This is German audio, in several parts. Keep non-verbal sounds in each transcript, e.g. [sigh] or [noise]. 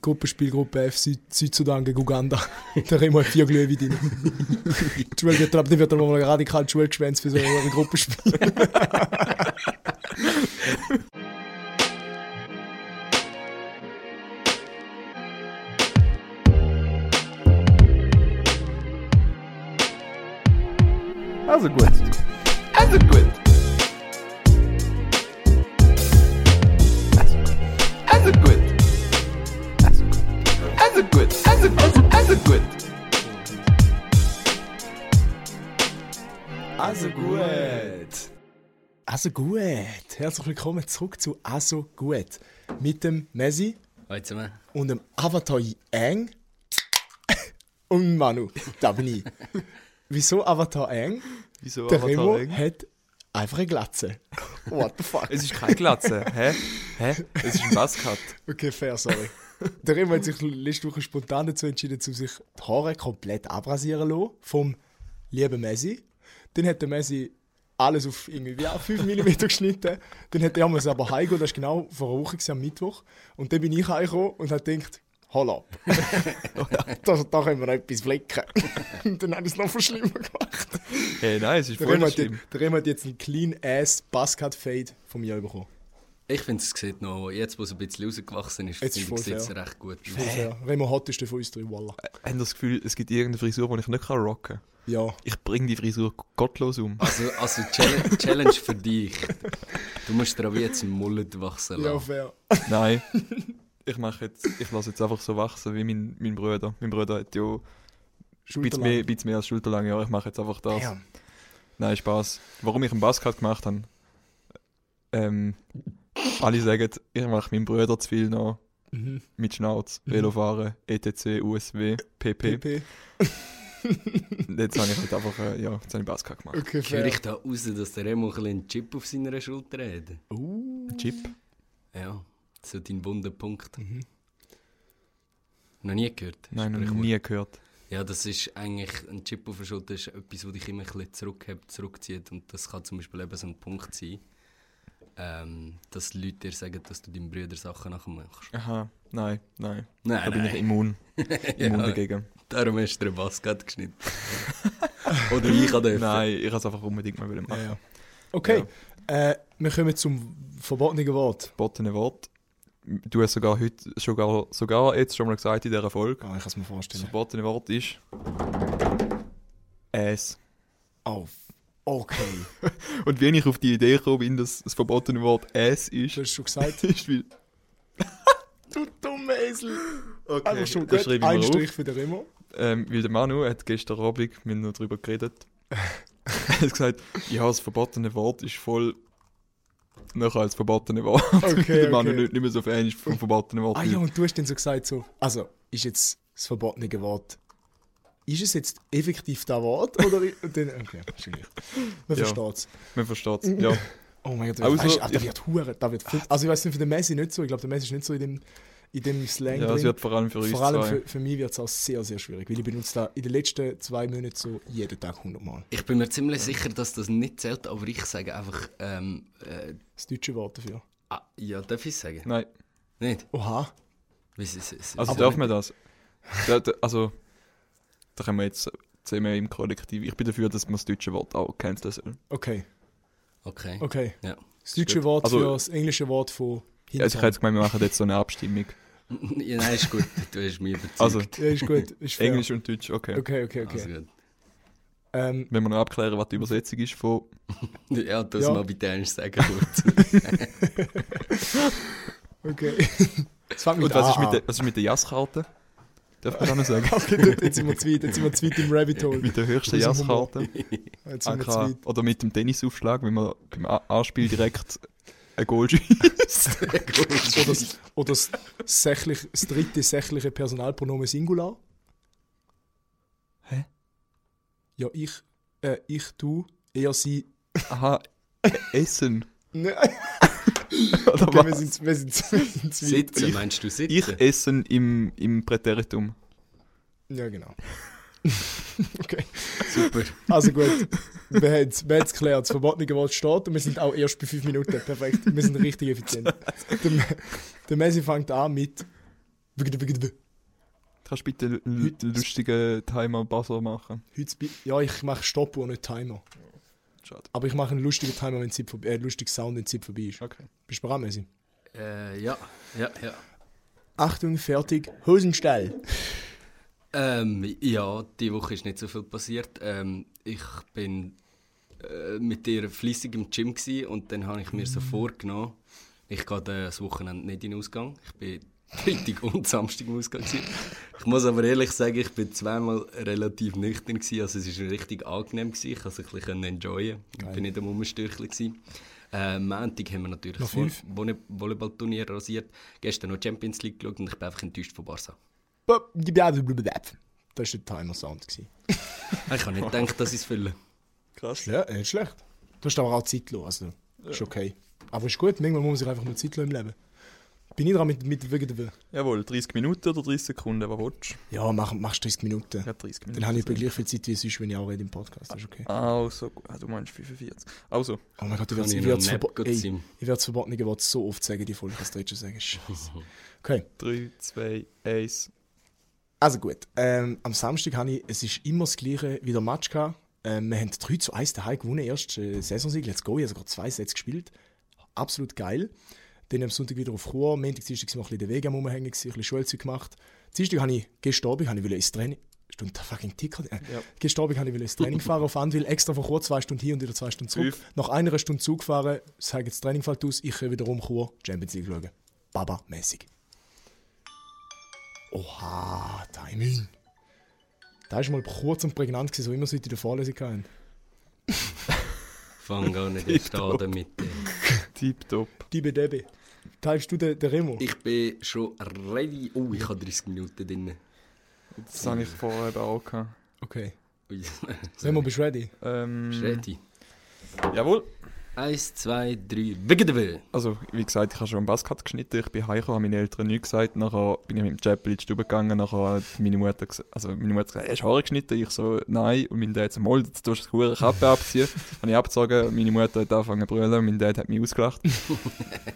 Gruppenspiel Gruppe F Süd Südsudan gegen Uganda. [laughs] da haben wir vier Glühwein drin. die Schule wird dann, wird dann mal radikal Schulgeschwänz für so ein Gruppenspiel. Also gut. Also gut. Also gut. Also gut. Also gut. Also gut. Also gut. Also gut. Also gut. Herzlich willkommen zurück zu Also gut. Mit dem Messi Heute zusammen. und dem Avatar Eng und Manu. Da bin ich. Wieso Avatar Eng? Wieso Der Avatar Remo Eng? hat einfach eine Glatze. What the fuck? Es ist keine Glatze. Hä? Hä? Es ist ein Buzzcut. Okay, fair, [laughs] sorry. Der Remo hat sich letzte Woche spontan dazu entschieden, um sich die Haare komplett abrasieren zu lassen. Vom lieben Messi. Dann hat der Messi alles auf irgendwie ja, [laughs] 5 mm geschnitten. Dann hat er mal aber heimgehen, das war genau vor einer Woche gewesen, am Mittwoch. Und dann bin ich heimgekommen und habe gedacht, hol ab. [laughs] [laughs] da, da können wir noch etwas flicken. und dann hat es noch viel schlimmer gemacht. Hey, nein, es ist Der voll Remo nicht hat, schlimm. der Remo hat jetzt einen clean ass Buzzcut Fade von mir bekommen. Ich finde, es sieht noch, jetzt wo es ein bisschen rausgewachsen ist, Jetzt finde ich, ist voll sieht es recht gut aus. Hey. Also, Remo hat ist der von uns drei, Wallah. Ich habe das Gefühl, es gibt irgendeine Frisur, die ich nicht kann rocken kann. Ja. Ich bringe die Frisur gottlos um. Also, also Challenge, Challenge für dich. Du musst dir aber jetzt im Mullet wachsen Ja, Genau. lassen. fair. [laughs] Nein. Ich mache jetzt, ich lasse jetzt einfach so wachsen wie mein, mein Bruder. Mein Bruder hat ja ein bisschen Schulterlang. mehr, bisschen mehr als schulterlang. Ja, ich mache jetzt einfach das. Damn. Nein, Spaß. Warum ich einen Buzzcut gemacht habe? Ähm, alle sagen, ich mache meinem Bruder zu viel noch Mhm. mit Schnauz, Velofahren, E etc., USW, PP. PP. Und Jetzt habe ich halt einfach, äh, ja, jetzt habe ich einen Buzzcut gemacht. Okay, Höre fair. ich da raus, dass der Remo ein bisschen einen Chip auf seiner Schulter hat? Uh. Chip. Ja, so dein Wunderpunkt. Noch nie gehört? Mhm. Nein, noch Sprichwort. nie gehört. Ja, das ist eigentlich, ein Chip auf der Schulter ist etwas, das dich immer ein bisschen zurückhebt, zurückzieht. Und das kann zum Beispiel eben so ein Punkt sein, ähm, dass Leute dir sagen, dass du deinem Bruder Sachen nachmachst. Aha, nein, nein. Nein, Da bin ich nein. immun. Immun Ja. dagegen. Darum hast du dir einen Basket geschnitten. [laughs] Oder ich an Nein, ich habe es einfach unbedingt mal machen. Ja, ja. Okay, Äh, wir kommen zum verbotenen Wort. verbotene Wort. Du hast sogar heute, sogar, sogar jetzt schon mal gesagt in dieser Folge, Ah, ich kann es mir das vorstellen. verbotene Wort ist. Ass. Oh, okay. Und wenn ich auf die Idee gekommen bin, dass das verbotene Wort [laughs] Ass Du ist, hast schon gesagt. [laughs] ist weil. [laughs] du dummer Esel. Okay, Einfach schon gut. das schreibe ich Ein mal Strich auf. für den Remo. Ähm, weil der Manu hat gestern Abend mit mir [laughs] darüber geredet. er hat gesagt, ja, das verbotene Wort ist voll. Nachher als verbotene Wort. [laughs] Okay, der Manu okay. nicht, nicht mehr so Fan ist vom verbotenen Wort. Ah ja, und du hast dann so gesagt so, also, ist jetzt das verbotene Wort, ist es jetzt effektiv das Wort? Oder und dann, okay, wahrscheinlich. Man Ja. versteht es. [laughs] Man versteht es. Ja. Oh mein Gott, Also, also, ah, da ich- wird hure, da wird viel, Also ich weiß nicht, für den Messi nicht so. Ich glaube, der Messi ist nicht so in dem, in dem Slang ja, es drin. wird vor allem für uns Vor allem zwei. für, für mich wird es auch sehr, sehr schwierig, weil ich benutze da in den letzten zwei Monaten so jeden Tag 100 Mal. Ich bin mir ziemlich sicher, dass das nicht zählt, aber ich sage einfach, ähm, äh, Das deutsche Wort dafür. ah, ja, darf ich sagen? Nein. Nicht? Oha. Wieso- wieso- wieso- Also darf man das? Da, da, also, da können wir jetzt sehen wir im Kollektiv. Ich bin dafür, dass man das deutsche Wort auch canceln soll. Okay, Okay. okay. Ja. [laughs] Das deutsche Wort Also- für das englische Wort von Ja, also ich habe jetzt gemeint, wir machen jetzt so eine Abstimmung. ja. Nein, ist gut, du hast mich überzeugt. Also, Ja, ist [laughs] gut. Ist fair. Englisch und Deutsch, okay. Okay, okay, okay. Also gut. Ähm, Wenn wir noch abklären, was die Übersetzung ist von... Ja, das Ja. mal bitte ernst sagen [laughs] kurz. okay. [laughs] Jetzt fangen wir Und was ist an. mit der, was ist mit der Jaskarte? Darf man da [laughs] noch sagen? Okay, dort, jetzt sind wir zu weit, jetzt sind wir zu weit im Rabbit Hole. [laughs] Mit der höchsten Aus dem Jaskarte? Jetzt sind wir zu AK. weit. Oder mit dem Tennisaufschlag, wenn man beim A- Anspiel direkt ein Goal [laughs] schießt. Oder das, oder das, sächlich, das dritte sächliche Personalpronomen Singular. Hä? Ja, ich, äh, ich, du, er, sie. Ne. Aha, e- [laughs] Essen. Nein. Oder Okay, wir was? sind, wir sind, [laughs] wir sind zu weit. sitzen, meinst du sitzen? Ich essen im, im Präteritum. Ja, genau. okay. Super. Also gut, wir haben es geklärt. Das verbotene Wort steht und wir sind auch erst bei 5 Minuten. Perfekt. Wir sind richtig effizient. Der, Me- der Messi fängt an mit Heute Kannst du bitte lu- lu- lustigen Timer-Buzzer machen? spe- Ja, ich mache Stopp und nicht Timer. Schade. Aber ich mache einen lustigen Timer, wenn die Zeit vorbei, äh, lustigen Sound, wenn die Zeit vorbei ist. Okay. Bist du bereit, Messi? Äh, ja, ja, ja. Achtung, fertig, Hosenstall. Ähm, ja, die Woche ist nicht so viel passiert. Ähm, ich bin äh, mit ihr fleissig im Gym gsi und dann habe ich mir Mhm. so vorgenommen, ich gehe das Wochenende nicht in den Ausgang. Ich bin [laughs] Freitag und Samstag im Ausgang gsi. Ich muss aber ehrlich sagen, ich bin zweimal relativ nüchtern gsi, also es war richtig angenehm gsi. Ich konnte es ein bisschen enjoyen. Ich Geil. bin nicht am Umstürcheln gsi. Äh, Montag haben wir natürlich Noch das Voll- fünf? Volley- Volleyballturnier rasiert. Gestern noch Champions League geschaut und ich bin einfach enttäuscht von Barca. Blablabla. Das war der Timer-Sound. gewesen. Ich habe nicht gedacht, dass ich es fülle. Krass. Ja, äh, nicht schlecht. Du hast aber auch Zeit gelassen, also ist okay. Aber ist gut, manchmal muss man sich einfach nur Zeit lassen im Leben. Bin ich dran mit, mit wegen der... Jawohl, 30 Minuten oder 30 Sekunden, was willst du? Ja, mach, machst 30 Minuten. Ja, 30 Minuten. Dann habe ich aber gleich viel Zeit wie sonst, wenn ich auch rede im Podcast. Das ist okay. Also, gut. Ah, du meinst 45. Also, Oh mein Gott, ich Kann ich werde noch es Map verboten. gut Ich sein? werde es verboten, ich werde so oft sagen, die Folge, dass du jetzt schon sagen. Scheisse. Okay, 3, 2, 1. also gut. Ähm, am Samstag habe ich, es ist immer das Gleiche wie der Match gehabt. Ähm, wir haben 3 zu 1 daheim gewonnen, erst äh, Saisonsieg, let's go. Ich habe sogar zwei Sets gespielt. Absolut geil. Dann am Sonntag wieder auf Chur. Montag, Dienstag sind wir ein bisschen den Weg am Umhängen, ein bisschen Schulzeug gemacht. Dienstag habe ich, gestern Abend, habe ich wieder ins Training... Stunde, der fucking Ticker. Äh, Ja. Gestern Abend habe ich wieder ins Training fahren auf Anwil, extra von Chur zwei Stunden hier und wieder zwei Stunden zurück. Fünf. Nach einer Stunde Zug fahren, sage jetzt das Training fällt aus, ich äh, wiederum Chur, Champions League schauen. Baba-mäßig. Oha, Timing. Da war mal kurz und prägnant, gewesen, so immer seit ich der Vorlesung hatte. Fang gar nicht erst an damit. ey. Tipptopp. Diebe Debe. Teilst du den, den Remo? Ich bin schon ready. Oh, ich habe 30 Minuten drin. Das habe ich vorher eben auch gehabt. Okay. Ui. Mhm. Remo, bist du ready? Ähm, Bist du ready? Jawohl. Eins, zwei, drei. Wegen der Will. Also, wie gesagt, ich habe schon einen Baskat geschnitten. Ich bin heimgekommen, habe meinen Eltern nichts gesagt. Nachher bin ich mit dem Chapel in die Stube gegangen. Nachher hat meine Mutter, gesa- also meine Mutter gesagt, hast du Haare geschnitten? Ich so, nein. Und mein Dad so, mal, jetzt tust du die hure Kappe [laughs] abziehen. habe ich abgezogen. und Meine Mutter hat angefangen zu brüllen. und Mein Dad hat mich [laughs] ausgelacht.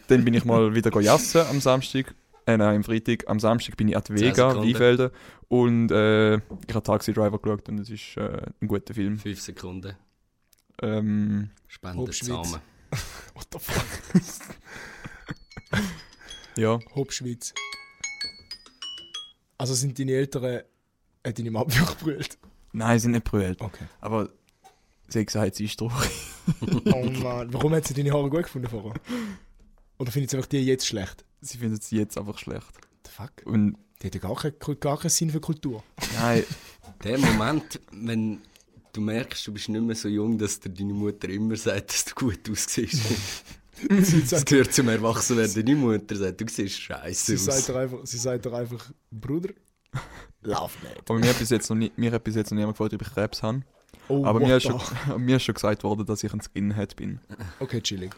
Dann bin ich mal wieder go jassen am Samstag. Äh, nein, am Freitag. Am Samstag bin ich an die Zehn Vega, Sekunden. Weinfelden. Und äh, ich habe Taxi Driver geschaut und es ist äh, ein guter Film. Fünf Sekunden. Ähm, Spenden Obstwitz. zusammen. What the fuck? ja. Hauptschweiz. Also sind deine Eltern... Äh, deine Mama [laughs] gebrüllt? Nein, sie sind nicht brüllt. Okay. Aber sie hat gesagt, sie ist traurig. Oh Mann. Warum hat sie deine Haare gut gefunden vorher? Oder findet sie einfach die jetzt schlecht? sie findet sie jetzt einfach schlecht. The fuck? Und Die hat ja gar keinen gar keinen Sinn für Kultur. [laughs] nein, Der Moment, wenn du merkst, du bist nicht mehr so jung, dass dir deine Mutter immer sagt, dass du gut [laughs] aussiehst. Sie Das sagt, gehört zum Erwachsenwerden. Deine Mutter sagt, du siehst sie scheiße sagt aus. dir einfach, sie sagt dir einfach Bruder, lauf nicht. aber mir hat bis jetzt noch, nie, mir hat bis jetzt noch niemand gefragt, ob ich Krebs habe. Oh, [laughs] Aber mir what ist, schon, mir ist schon gesagt worden, dass ich ein Skinhead bin. the- Okay, chillig.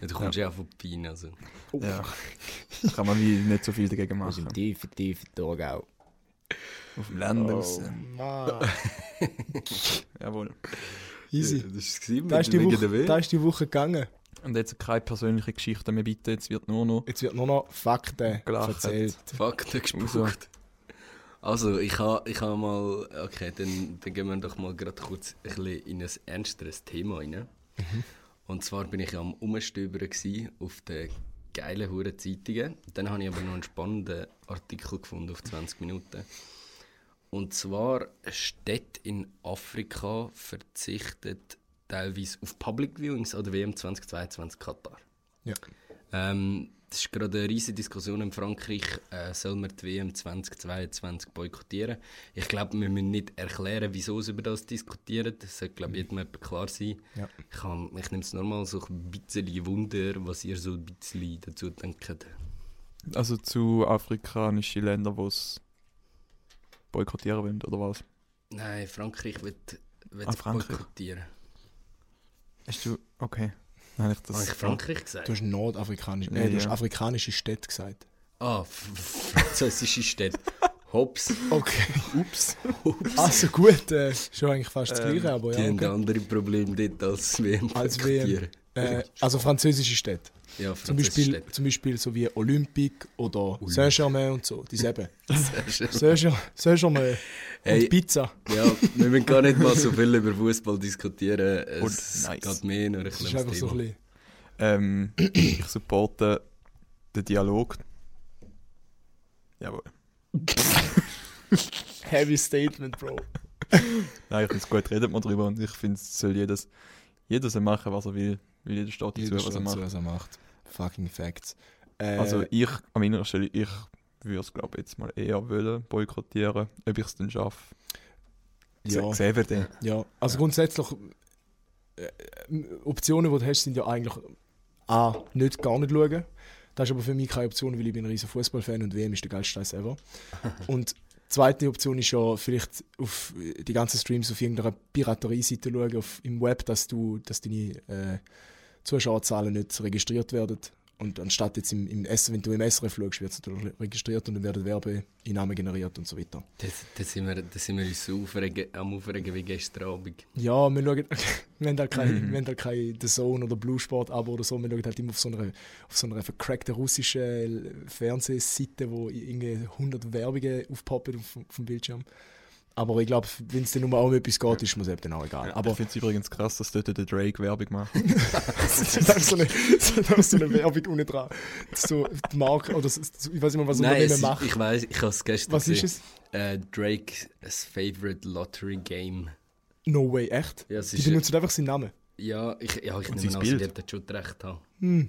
Ja, du kommst ja auch von Pien. Also. Oh. Ja. Da kann man wie nicht so viel dagegen Aus dem machen. tiefen, tiefen Torgau. Auf dem Oh. Land raus. Mann. äh, Jawohl. Easy. Ja, Das ist es mit Da ist, die Wegen der Woche, da Will. ist die Woche gegangen. Und jetzt keine persönlichen Geschichten mehr bitte, jetzt wird nur noch... Jetzt wird nur noch Fakten Gelacht. erzählt. Fakten gespuckt. Also, ich habe ich ha mal. Okay, dann, dann gehen wir doch mal gerade kurz ein bisschen in ein ernsteres Thema rein. Und zwar bin ich am Umstöbern gsi auf den geilen Huren Zeitungen. Dann habe ich aber noch einen spannenden Artikel gefunden auf 20 Minuten. Und zwar Städte in Afrika verzichtet teilweise auf Public Viewings an der WM 2022 Katar. Ja. Ähm, das ist gerade eine riesige Diskussion in Frankreich. Äh, soll man die WM 2022 boykottieren? Ich glaube, wir müssen nicht erklären, wieso sie über das diskutieren. Das sollte, glaube ich, jedem jemand klar sein. Mhm. Ja. Ich, kann- ich nehme es normal so ein bisschen Wunder, was ihr so ein bisschen dazu denkt. Also zu afrikanischen Ländern, die es boykottieren wollen, oder was? Nein, Frankreich wird, wird Ah, es Frankreich. boykottieren. Hast du... Okay. Nein, ich das... Habe ich Frankreich gesagt? Du hast nordafrikanische, äh, Ja, du hast ja. afrikanische Städte gesagt. Ah, f- f- [laughs] französische Städte. Hops, Okay. Ups. [laughs] Also gut, äh, schon eigentlich fast das Ähm, Gleiche, aber die ja. haben Okay. andere Probleme dort als WM Als boykottieren. Äh, also französische Städte. Ja, Zum Beispiel, zum Beispiel so wie Olympique oder Saint-Germain und so, dieselben. [laughs] Saint-Germain Saint-Germain Hey. und Pizza. Ja, wir müssen gar nicht mal so viel über Fußball diskutieren. Es Und nice. geht mehr nur ein Das ist bisschen einfach ums so ein Thema. bisschen... Ähm, ich supporte den Dialog. Jawohl. Heavy Statement, Bro. Nein, ich finde es gut, redet man drüber und ich finde, es soll jedes, jeder soll machen, was er will. Weil jeder steht dazu, was er macht. er macht. Fucking Facts. Äh, Also ich, an meiner Stelle, ich würde es glaube jetzt mal eher wollen, boykottieren, ob ich es dann schaffe. ja. Sehen wir den. Ja, also grundsätzlich, äh, m- Optionen, die du hast, sind ja eigentlich A, nicht gar nicht schauen. Das ist aber für mich keine Option, weil ich bin ein riesen Fußballfan und WM ist der geilste Scheiß ever. Und zweite Option ist ja vielleicht auf äh, die ganzen Streams auf irgendeiner Piraterie-Seite schauen, auf, im Web, dass, du, dass deine äh, Zuschauerzahlen nicht registriert werden. Und anstatt jetzt im, im S, wenn du im SRF schaust, wird es natürlich registriert und dann werden Werbeinnahmen generiert und so weiter. Das, das, sind wir, das sind wir uns so aufregen, am Aufregen wie gestern Abend. Ja, wir schauen, [laughs] wir haben halt kein, Mhm. wir haben halt kein The Zone oder Blue Sport Abo oder so, wir schauen halt immer auf so einer, auf so einer vercrackten russischen Fernsehseite, wo irgendwie 100 Werbungen aufpoppen auf, auf dem Bildschirm. Aber ich glaube, wenn es dann nur um etwas geht, ist mir selbst dann auch egal. Aber ich [laughs] Aber [laughs] finde es übrigens krass, dass dort der Drake Werbung macht. solange so eine, solange so eine Werbung unten dran, so die Marke, oder so, so- ich weiß nicht mehr, was Nein, es, Unternehmen macht. ich weiß, ich habe es gestern Was ist gesehen. es? Äh, Drake's Favorite Lottery Game. No way, echt? Ja, es Die ist ja- benutzen einfach seinen Namen. Ja, ich, ja, ich Und nehme sein an, sie Bild. wird dort schon recht haben. Hm.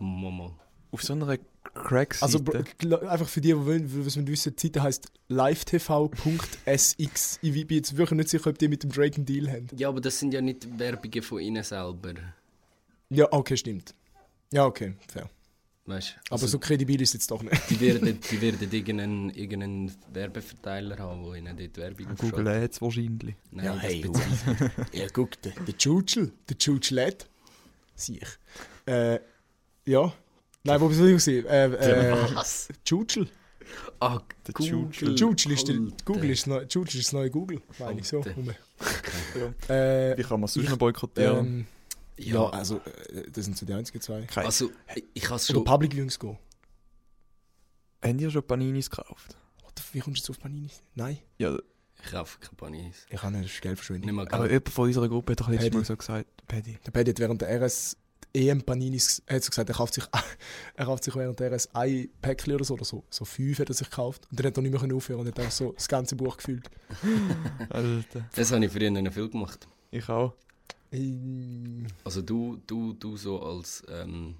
Momo. Auf so einer Crack-Seite. Also br- gl- einfach für die, die wollen, was wir wissen, die Seite heisst livetv.sx. Ich bin jetzt wirklich nicht sicher, ob die mit dem Drake einen Deal haben. Ja, aber das sind ja nicht Werbungen von ihnen selber. Ja, okay, stimmt. Ja, okay, fair. Weißt du? Aber so kredibil ist es jetzt doch nicht. Die werden, die werden irgendeinen, irgendeinen Werbeverteiler haben, der ihnen dort Werbung Google Ads wahrscheinlich. Nein, Ja, das hey, bezweifle ich. [laughs] ja, guck, der, der Churchill, der Churchill hat. Sieh ich. Äh, ja. Nein, wo bist du gesehen? Äh, [laughs] äh, Was? Churchill. Ah, Der Google. Churchill. Churchill ist, der, Alter. Google ist, das neue, Churchill ist das neue Google, meine ich so. Alter. [laughs] rum. Okay. Äh, Wie kann man es sonst noch boykottieren? ähm, ja, Ja, also, äh, das sind so die einzigen zwei. Kein. also ich, ich habe es Oder schon. Public Viewings gehen. Haben ihr schon Paninis gekauft? What the f- Wie kommst du jetzt auf Panini? Nein. Ja, Ich kaufe keine Panis. Ich kann nicht, das ist Geldverschwendung. Nicht mal aber Geld. jemand von unserer Gruppe hat doch letztes Paddy. Mal so gesagt, [laughs] Paddy. Der Paddy hat während der RS EM Paninis hat so gesagt, er kauft sich, [laughs] er kauft sich während der RS ein Päckchen oder so, oder so, so fünf hat er sich gekauft. Und dann hat er nicht mehr können aufhören und hat einfach so das ganze Buch gefüllt. Alter. Das habe ich früher noch viel gemacht. Ich auch. Ähm, Also du, du, du so als ähm,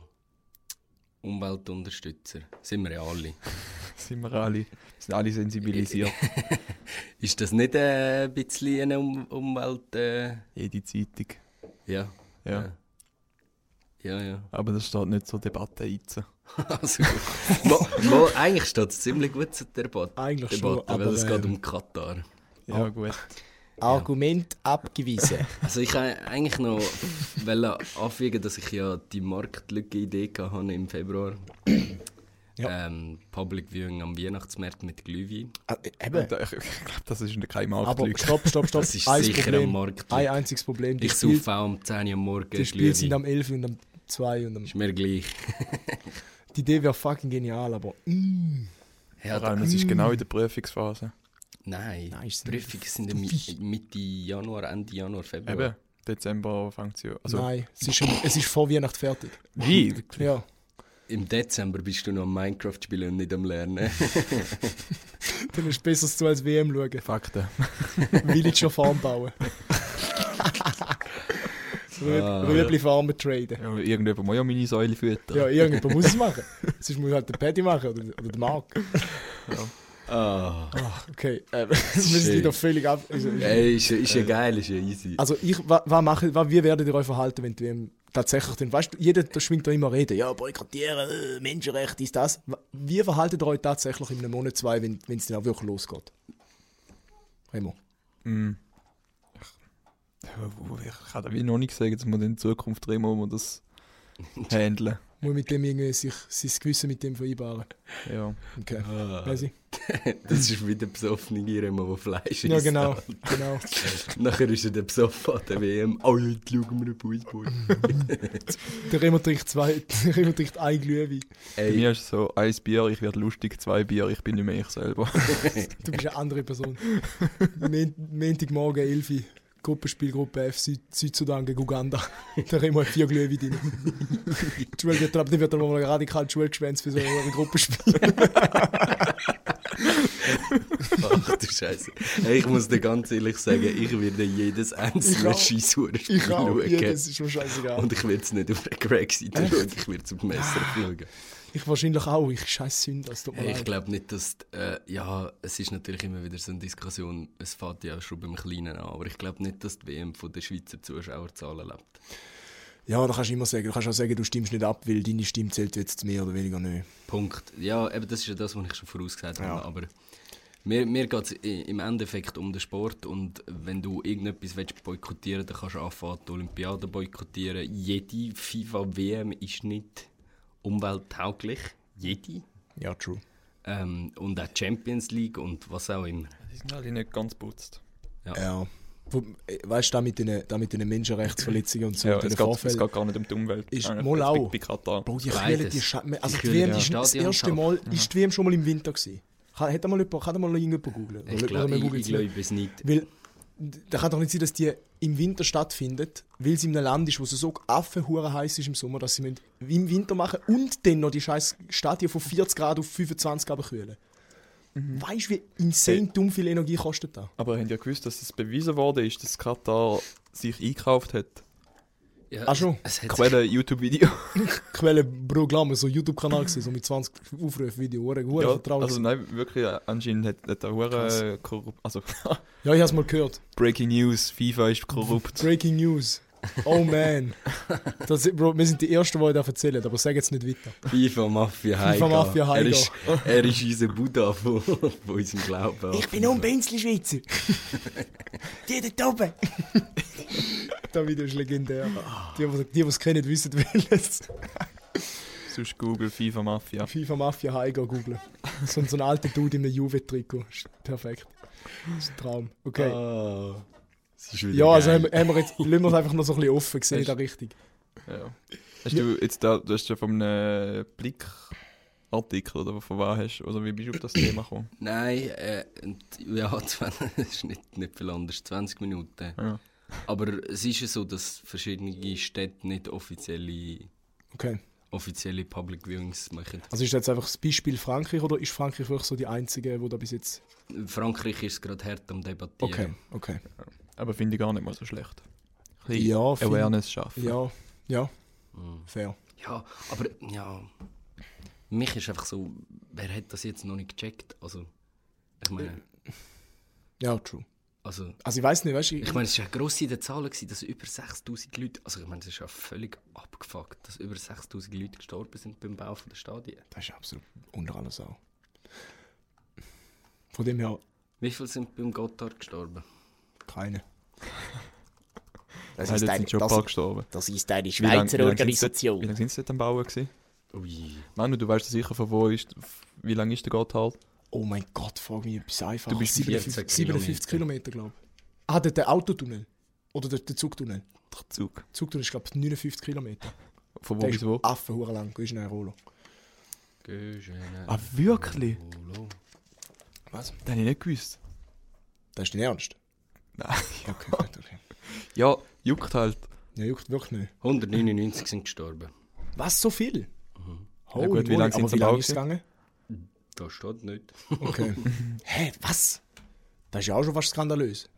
Umweltunterstützer. Sind wir ja alle. Sind wir alle, sind alle sensibilisiert. Ist das nicht äh, ein bisschen eine um Umwelt... Äh, [laughs] Jede Zeitung. ja. Ja. Ja, ja. [laughs] Aber das steht nicht zur Debatte jetzt. Also gut. mo, mo, eigentlich steht es ziemlich gut zur Debatte, eigentlich schon, Debatte aber weil es geht ähm, um Katar. Ja, [laughs] gut. Argument abgewiesen. Also ich wollte eigentlich noch [laughs] wollen anfügen, dass ich ja die Marktlücke-Idee gehabt habe im Februar. [clears throat] Ja. Ähm, Public Viewing am Weihnachtsmarkt mit Glühwein. [laughs] Ah, äh, Ich Eben. glaube, das ist keine Aber Marktlücke. stopp, stopp, stopp. Das ist ein sicher ein Problem, Markt. ein einziges Problem. Die Ich Spiele, saufe auch um 10 Uhr am morgen die Spiele sind Glühwein. am 11 und am 2 und am... Ist mir gleich. Die Idee wäre fucking genial, aber... Mm, Ja, Vor da, allem, es ist genau in der Prüfungsphase. nein, Nein, ist nicht- Prüfungen sind im Mitte Januar, Ende Januar, Februar. Eben, Dezember fängt sie an. Also, Nein, es ist, schon, es ist vor Weihnachten fertig. wie? Ja. Im Dezember bist du noch am Minecraft spielen und nicht am [laughs] Lernen. Dann ist es besser so als WM schauen. Fakten. Villager Farm [laughs] bauen. Ah. Rüb- Rüebli Farmen traden. Ja, irgendjemand muss ja meine Säule füttern. Ja, irgendjemand muss es machen. Sonst muss halt der Paddy machen oder, oder der Marc. Ah. Okay, [laughs] äh, wir sind doch völlig ab. Also, Ey, ist, ja- ist ja geil, ist ja easy. also ich, wa- wa mache, wa, wie werdet ihr euch verhalten, wenn die WM tatsächlich dann, weißt du, jeder da schwingt da immer reden, ja, boykottieren, äh, Menschenrechte, ist das. Wa- Wie verhaltet ihr euch tatsächlich in einem Monat, zwei, wenn es dann auch wirklich losgeht? Remo. Mm. Ich, ich kann da wie noch nicht sagen, dass man in Zukunft drehen muss, man [laughs] das handeln. Muss mit dem irgendwie sich sein Gewissen mit dem vereinbaren. Ja. Okay. Ah. Weiß ich. das ist wie der besoffene Remo, der Fleisch isst. Ja, genau. genau. Nachher ist er der besoffen an der WM. Oh, jetzt schauen wir einen Fußball. Der Remo trinkt zwei, [laughs] der Remo trinkt ein Glühwein. Bei Ey, mir ist es so, ein Bier, ich werde lustig, zwei Bier, ich bin nicht mehr ich selber. Du bist eine andere Person. Men- Montagmorgen, Elfi. Gruppenspiel, Gruppe F, Süd Südsudan gegen Uganda. Der Remo hat vier Glühwein drin. Die Schule wird, dann wird er mal radikal die Schule geschwänzt für so ein Gruppenspiel. [laughs] ach du Scheiße. Ey, ich muss dir ganz ehrlich sagen, ich werde jedes einzelne auch. Scheisshurspiel Ich auch. schauen. Ja, das ist mir scheißegal. Und ich werde es nicht auf den Craig Seite schauen, ich werde es auf dem Messer schauen. Ich wahrscheinlich auch. Ich scheiß Sünder, es tut mir Hey, ich leid. glaube nicht, dass. Äh, ja, es ist natürlich immer wieder so eine Diskussion, es fängt ja schon beim Kleinen an, aber ich glaube nicht, dass die WM von den Schweizer Zuschauerzahlen lebt. Ja, da kannst du immer sagen. Du kannst auch sagen, du stimmst nicht ab, weil deine Stimme zählt jetzt mehr oder weniger nicht. Punkt. Ja, eben das ist ja das, was ich schon vorausgesagt Ja. habe, aber mir, mir geht es im Endeffekt um den Sport und wenn du irgendetwas willst boykottieren dann kannst du anfangen, die Olympiade boykottieren. Jede FIFA-WM ist nicht umwelttauglich. Jede. Ja, true. Ähm, und auch die Champions League und was auch immer. [laughs] Die sind alle nicht ganz putzt. Ja. Wo- äh, Weißt du, da mit den, da mit den Menschenrechtsverletzungen und so, Ja, mit den es, geht, es Vorfällen. geht gar nicht um die Umwelt. Ist Eigentlich Molau. jetzt Bei, bei Katar. Bro, die Beides. kühlen die Scheiße. Also, Die die kühlen WM die ist das Stadion erste ab. Mal, ist die WM schon mal im Winter gewesen? Kann, hat da mal jemand, kann da mal noch irgendjemand googeln? Ich Oder- oder glaube, wir ich, googeln ich es nicht. glaube es nicht. Weil, da kann doch nicht sein, dass die im Winter stattfindet, weil sie in einem Land ist, wo es so affenhure heiß ist im Sommer, dass sie müssen im Winter machen und dann noch die scheiß Stadien von 40 Grad auf 25 abkühlen. Mhm. Weißt du, wie insane dumm viel Energie kostet das? Aber ihr habt ja gewusst, dass es bewiesen worden ist, dass Katar sich eingekauft hat. Ja, Ach so. Es, es hat Quelle YouTube-Video. Quelle, Bro, glaub mir, so ein YouTube-Kanal gewesen, so mit 20 Aufrufen, Video, hure, hure ja, vertraut. also nein, wirklich, äh, anscheinend hat, hat er hure korrupt. Also, [laughs] ja, ich hab's mal gehört. Breaking News, FIFA ist korrupt. Breaking News. Oh [laughs] man. Das, sind- Bro, wir sind die Ersten, die das erzählen, aber sag jetzt nicht weiter. FIFA Mafia [laughs] Heiga. FIFA Mafia Er Heiga. ist, er ist unser Buddha von, von unserem [laughs] Glauben. Benzli-Schweizer. Jeder da oben. [laughs] das Video ist legendär. Die, die die, die es kennen, wissen welches. Sonst Google, FIFA, Mafia. FIFA Mafia Heiger googlen. So, so ein alter Dude in einem Juve-Trikot. Ist Perfekt. Ist ein Traum. Okay. Ah, es ist wieder ja, also geil. haben, wir- haben wir jetzt, lassen wir es einfach noch so ein bisschen offen, sehe ich da richtig. Ja. Hast du jetzt da, du hast ja von einem Blickartikel oder von was hast, oder wie bist du auf das Thema gekommen? Nein, äh, und- ja, [laughs] 20 es ist nicht, nicht viel anders. 20 Minuten. Ja. Aber es ist ja so, dass verschiedene Städte nicht offizielle, Okay. offizielle Public Viewings machen. Also ist das jetzt einfach das Beispiel Frankreich oder ist Frankreich wirklich so die einzige, wo da bis jetzt. äh, In Frankreich ist es gerade hart am Debattieren. Okay, okay. Aber finde ich gar nicht mal so schlecht. Ein bisschen Ja, find- Awareness schaffen. Ja, ja. Fair. Mhm. Ja, aber ja. Mich ist einfach so, wer hat das jetzt noch nicht gecheckt? Also, ich meine, Ja, true. also, Also ich weiß nicht, weißt du, ich meine, es war ja gross in den Zahlen, gewesen, dass über 6000 Leute, also ich meine, es ist ja völlig abgefuckt, dass über 6000 Leute gestorben sind beim Bau von der Stadien. Das ist absolut unter aller Sau. Von dem her Wie viele sind beim Gotthard gestorben? keine. Das ist jetzt sind schon ein paar gestorben. Das ist eine Wie lang- wie Schweizer lang sind's dort- Wie Organisation. lange sind sie dort am Bauen gewesen? Ui. Manu, du weißt ja sicher, von wo ist, wie lange ist der Gotthard? Oh mein Gott, frag mich etwas einfach. Du bist 57 57 Kilometer, Kilometer. glaube ich. Ah, der, der Autotunnel. Oder der, der Zugtunnel. Der Zug. Zugtunnel ist, glaube ich, 59 Kilometer. Von wo Der bis ist wo? affenhuren lang. Das ist ein Rolo. Ah, wirklich? Was? Das habe ich nicht gewusst. Das ist dein Ernst? Nein. Okay, gut, okay. Ja, juckt halt. Ja, juckt wirklich nicht. 199 sind gestorben. Was, so viel? Holy gut, wie moly, lang sind aber sie wie lang gebaut ist es gegangen? Das steht nicht. Okay. [laughs] Hä, was? Das ist ja auch schon fast skandalös.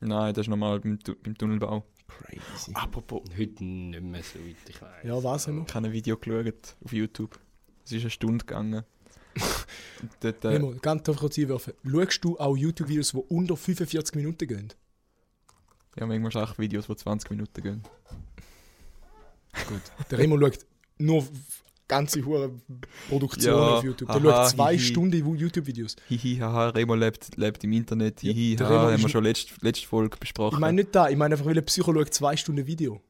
Nein, das ist normal beim, Tu- beim Tunnelbau. Crazy. Apropos. Heute nicht mehr so weit, ich weiß. Ja, was haben wir? Ich habe ein Video geschaut auf YouTube. Es ist eine Stunde gegangen. Und Dort, äh, Remo, ganz einfach kurz einwerfen. Schaust du auch YouTube-Videos, die unter 45 Minuten gehen? ja, manchmal auch Videos, die 20 Minuten gehen. Gut. Der Remo schaut nur f- ganze hure Produktionen Ja, auf YouTube. Der haha, schaut zwei hihi. Stunden Wu- YouTube-Videos. Hihi, haha, Remo lebt, lebt im Internet. Hihi, der Remo haha, haben ist wir ein- schon letzte, letzte Folge besprochen. Ich meine nicht da, ich meine einfach, weil ein Psycho schaut zwei Stunden Video.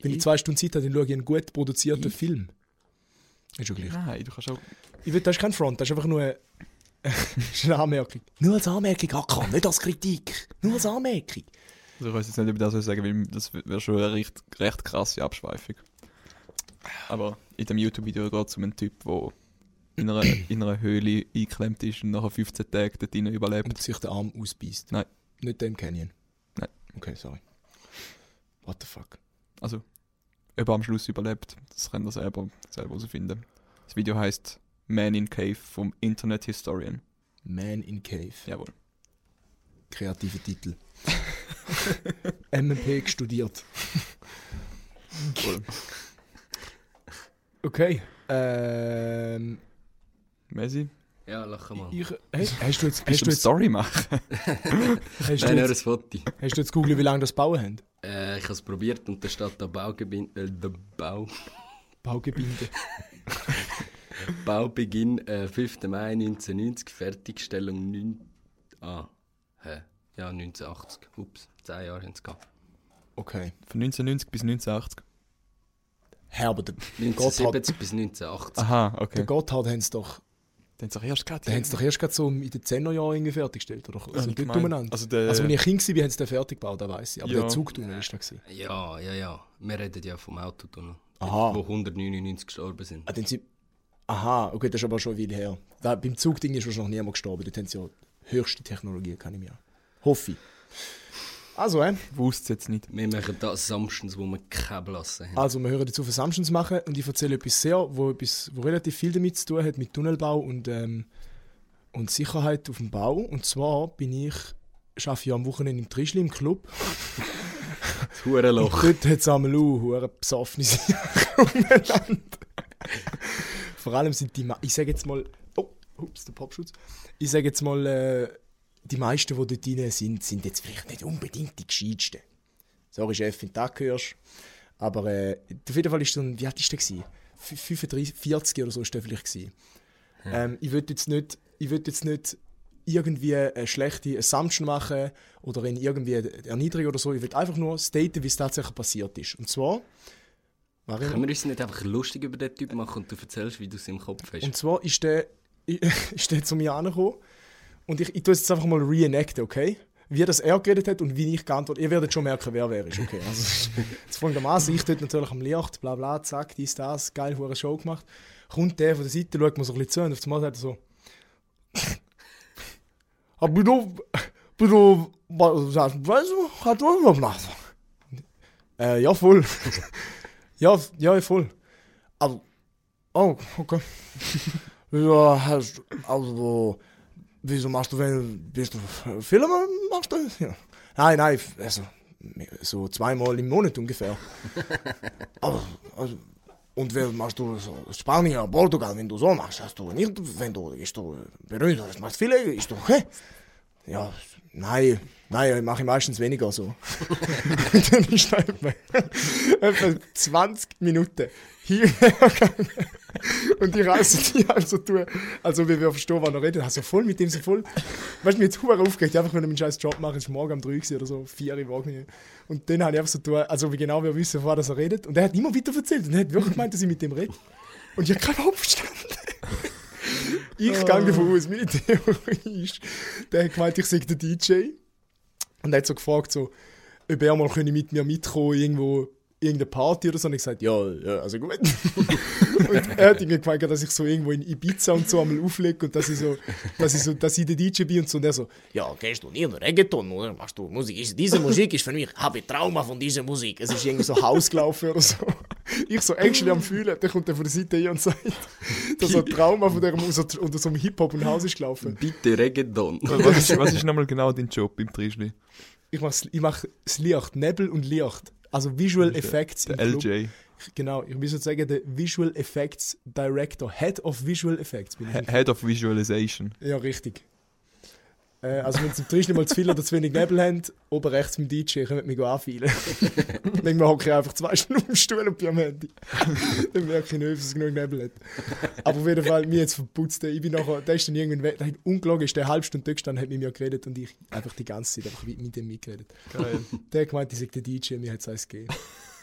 Wenn ich zwei Stunden Zeit habe, dann schaue ich einen gut produzierten Film. Ist schon gleich. Nein, du kannst auch. Ich will, das ist kein Front, das ist einfach nur eine [laughs] ist eine Anmerkung. Nur als Anmerkung, Hakan, nicht als Kritik. Nur als Anmerkung. Also ich weiß jetzt nicht, ob ich das sagen will, weil das wäre schon eine recht, recht krasse Abschweifung. Aber in dem YouTube-Video geht es um einen Typ, der in einer, [clears throat] in einer Höhle eingeklemmt ist und nach 15 Tagen dort drin überlebt. Und sich den Arm ausbeißt. Nein. Nicht dem Canyon. Nein. Okay, sorry. What the fuck? Also, ob er am Schluss überlebt, das könnt ihr selber, selber herausfinden. Das Video heißt Man in Cave vom Internet Historian. Man in Cave. Jawohl. Kreativer Titel. [laughs] MMP studiert. Cool. [laughs] Okay. Ähm, Messi, Ja, lach mal. ich, hast, hast du jetzt, bist hast du du eine jetzt, Story machen? hast du Nein, nur jetzt, ein Foto. hast du jetzt googelt, wie lange das bauen haben? Äh, ich habe es probiert und da steht da Baugebin, äh, der Bau, Baugebinde. Baubeginn äh, 5. Mai 1990, Fertigstellung 9. Ah, hä? Ja, 1980. Ups, 10 Jahre haben es gehabt. Okay. Von 1990 bis 1980. Herr, aber der, der Gotthard, 1970 bis 1980. Aha, okay. der Gotthard haben sie doch, Den hast du erst gerade. den haben sie doch erst gerade so in den 10er Jahren irgendwie fertiggestellt. Oder so ich dort gemeint. umeinander. Also der- also, wenn ich Kind war, haben sie den fertig gebaut, das weiss ich. Aber Ja. der Zug tunnel ist da. Gewesen. Ja, ja, ja. Wir reden ja vom Autotunnel. Aha. Wo 199 gestorben sind. Ah, dann sind. Aha, okay, das ist aber schon eine Weile her. Da, beim Zugding ist wahrscheinlich niemand gestorben. Dort haben sie ja höchste Technologie, kann ich mir. Hoffe ich. Also, äh, Wusste es jetzt nicht. Wir machen das Samstens, wo wir keinen Blassen haben. also wir hören jetzt auf, Assumptions zu machen und ich erzähle etwas sehr, wo, etwas, wo relativ viel damit zu tun hat, mit Tunnelbau und, ähm, und Sicherheit auf dem Bau. Und zwar bin ich, arbeite ja am Wochenende im Trischli im Club. Das Hurenloch. Dort hat es einmal auch hure besoffene Sachen [laughs] umeinander. Vor allem sind die, mei- ich sage jetzt mal, oh, ups, der Popschutz. Ich sage jetzt mal, äh, die meisten, die dort drin sind, sind jetzt vielleicht nicht unbedingt die gescheitsten. Sorry, Chef, wenn du das hörst. Aber äh, auf jeden Fall ist so ein, wie alt ist der gewesen? Fü- 35, 40 oder so ist der vielleicht gewesen. Ähm, ich würde jetzt nicht, ich würde jetzt nicht irgendwie eine schlechte Assumption machen oder in irgendwie erniedrigen oder so. Ich würde einfach nur staten, wie es tatsächlich passiert ist. Und zwar, Marina, Können wir uns nicht einfach lustig über den Typ machen und du erzählst, wie du es im Kopf hast? und zwar ist der, [laughs] ist der zu mir angekommen und ich, ich tue es jetzt einfach mal reenacten, okay? Wie das er geredet hat und wie ich geantwortet Ihr werdet schon merken, wer wer ist, okay? Also, [laughs] jetzt fängt er an, ich dort natürlich am Licht, bla bla, zack, dies, das, geil, hure Show gemacht. Kommt der von der Seite, schaut mir so ein bisschen zu und auf einmal sagt er so [laughs] «Aber du, aber du, was, weißt du, hat du noch Nase?» «Äh, ja, voll. [laughs] ja, ja, voll. Aber, oh, okay.» Wieso hast also wieso machst du wenn bist du Filme machst du? Ja. Nein, nein, also so zweimal im Monat ungefähr. Aber, also, und wenn machst du so Spanien, Portugal, wenn du so machst, hast du nicht, wenn du ist du berühmt, das machst viele, ist du hä? Ja, nein, nein, ich mache meistens weniger so. [laughs] Dann ist halt mal [laughs] etwa 20 Minuten hier und ich reiße die also tue, also wir wir verstehen, wann er redet. Also voll mit dem so voll. Weißt du, mir jetzt hure aufgeregt, einfach wenn er meinen scheiß Job macht, ist morgen um 3 gewesen oder so, 4 Uhr morgen. Und dann habe ich einfach so tue, also wie genau wir wissen, wann er redet. Und er hat immer weiter erzählt und er hat wirklich gemeint, dass ich mit dem rede. Und ich habe keinen Kopf verstanden. Ich gehe davon aus, meine Theorie ist, der hat gemeint, ich sei der DJ. Und er hat so gefragt, so, ob er mal könne mit mir mitkommen irgendwo irgendeine Party oder so. Und ich gesagt, ja, ja, also gut. und er hat irgendwie gemeint, dass ich so irgendwo in Ibiza und so einmal auflege und dass ich so, dass ich so, dass ich der DJ bin und so. Und er so, Ja, kennst du nicht Reggaeton, oder? Machst du Musik? Ist, diese Musik ist für mich, habe ich Trauma von dieser Musik. es ist irgendwie so Haus gelaufen oder so. Ich so actually am Fühlen, dann kommt er von der Seite hin und sagt, dass so ein Trauma von der Musik unter so einem Hip-Hop und Haus ist gelaufen. Bitte Reggaeton. [laughs] Was ist, was ist nochmal genau dein Job im Trischli? Ich mache ich mach das Licht, Nebel und Licht. Also Visual Effects Der im Club. LJ. Genau, ich muss jetzt sagen, der Visual Effects Director, Head of Visual Effects bin ich. He- Head of Visualization. Ja, richtig. Äh, also wenn es im Tisch nicht mal zu viel oder zu wenig Nebel haben, oben rechts mit dem DJ, könnt mich anfeilen. Manchmal hocke ich einfach zwei Stunden im Stuhl und bin am Handy. dann merke ich nicht, dass es genug Nebel hat. Aber auf jeden Fall, mir jetzt verputzt, der- ich bin nachher, der ist dann irgendwann weg, der hat ungelogen, ist der eine halbe Stunde dort gestanden, hat mit mir geredet und ich einfach die ganze Zeit einfach mit dem mitgeredet. Geil. Der hat gemeint, ich sei der DJ, mir hat es eins gegeben.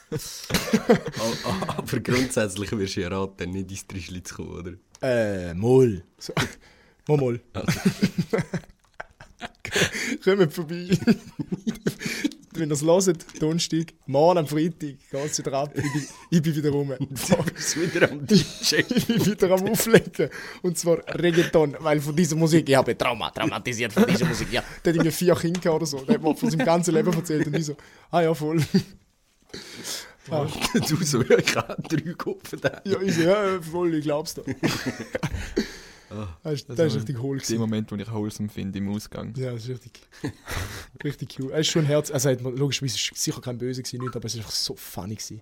Oh, oh, Aber grundsätzlich wirst du ja raten, nicht ins Trischli zu kommen, oder? [laughs] Äh, Moll. So, Mal [laughs] mal. Kommt vorbei. [laughs] Wenn ihr es hört, Donnerstag, morgen am Freitag, ganz wieder ab. Ich bin, ich bin wieder [laughs] rum. bist wieder am DJ. Ich bin wieder am Auflegen. Und zwar Reggaeton, weil von dieser Musik, ich habe Trauma, traumatisiert von dieser Musik, ja. Der hat irgendwie vier Kinder gehabt oder so. Der hat mir von seinem ganzen Leben erzählt und ich so, ah ja, voll. [laughs] Ah, du so, ja, ich habe drei Kopf da. ja, ich so, ja, voll, ich glaub's dir. Das ist, Ah, das ist richtig hohl Den gewesen. Moment, wo ich wholesome finde im Ausgang. Ja, das ist richtig. [laughs] richtig cool. Er ist schon ein Herz. Also, er hat man- logischerweise ist sicher kein Böse gewesen, nicht, aber es ist einfach so funny gewesen.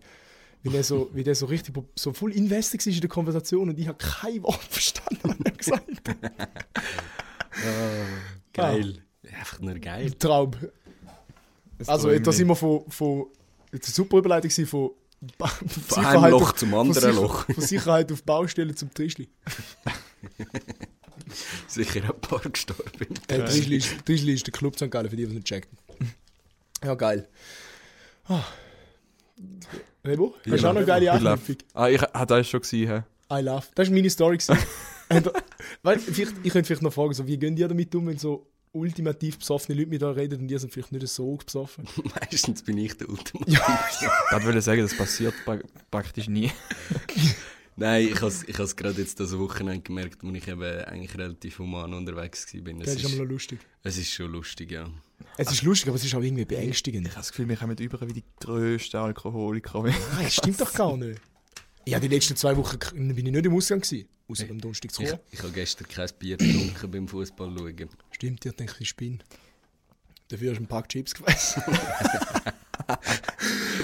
Wie der so, wie der so richtig so voll invested war in der Konversation und ich habe kein Wort verstanden, was er gesagt hat. Geil. Einfach nur geil. Traum. Es Also, träumt das mich. immer von, von jetzt eine super Überleitung gewesen, von, Ba- von einem Sicherheit Loch auf- zum von anderen Sicher- Loch. Von Sicherheit auf Baustelle zum Trischli. Sicher ein paar gestorben. [laughs] Äh, Trischli, ist, Trischli ist der Club St. Gallen, für die, die es nicht checken. Ja, geil. Ah. Rebo, hast du auch noch eine geile Ich lebe. Anknüpfung? Ah, ich, ah, das ist schon gewesen. hä? I love. Das war meine Story. [laughs] gewesen. Und, weißt, vielleicht, ich könnte vielleicht noch fragen, so, wie gehen ihr damit um, wenn so ultimativ besoffene Leute mit euch reden und ihr sind vielleicht nicht so besoffen? Meistens bin ich der Ultima. Ich würde sagen, das passiert pra- praktisch nie. Nein, ich habe es ich has gerade jetzt das Wochenende gemerkt, wo ich eben eigentlich relativ human unterwegs war. Es, Das ist ist, immer noch lustig. es ist schon lustig, ja. Es ist lustig, aber es ist auch irgendwie beängstigend. Ich habe das Gefühl, wir kommen über wie die grössten Alkoholiker. Wir Nein, das stimmt doch gar nicht. Ja, die letzten zwei Wochen k- bin ich nicht im Ausgang gewesen, außer am Donnerstag zu Ich, Chur. ich habe gestern kein Bier getrunken beim Fußball schauen. Stimmt, ich denke, ich spinne. Dafür hast du ein paar Chips gefressen.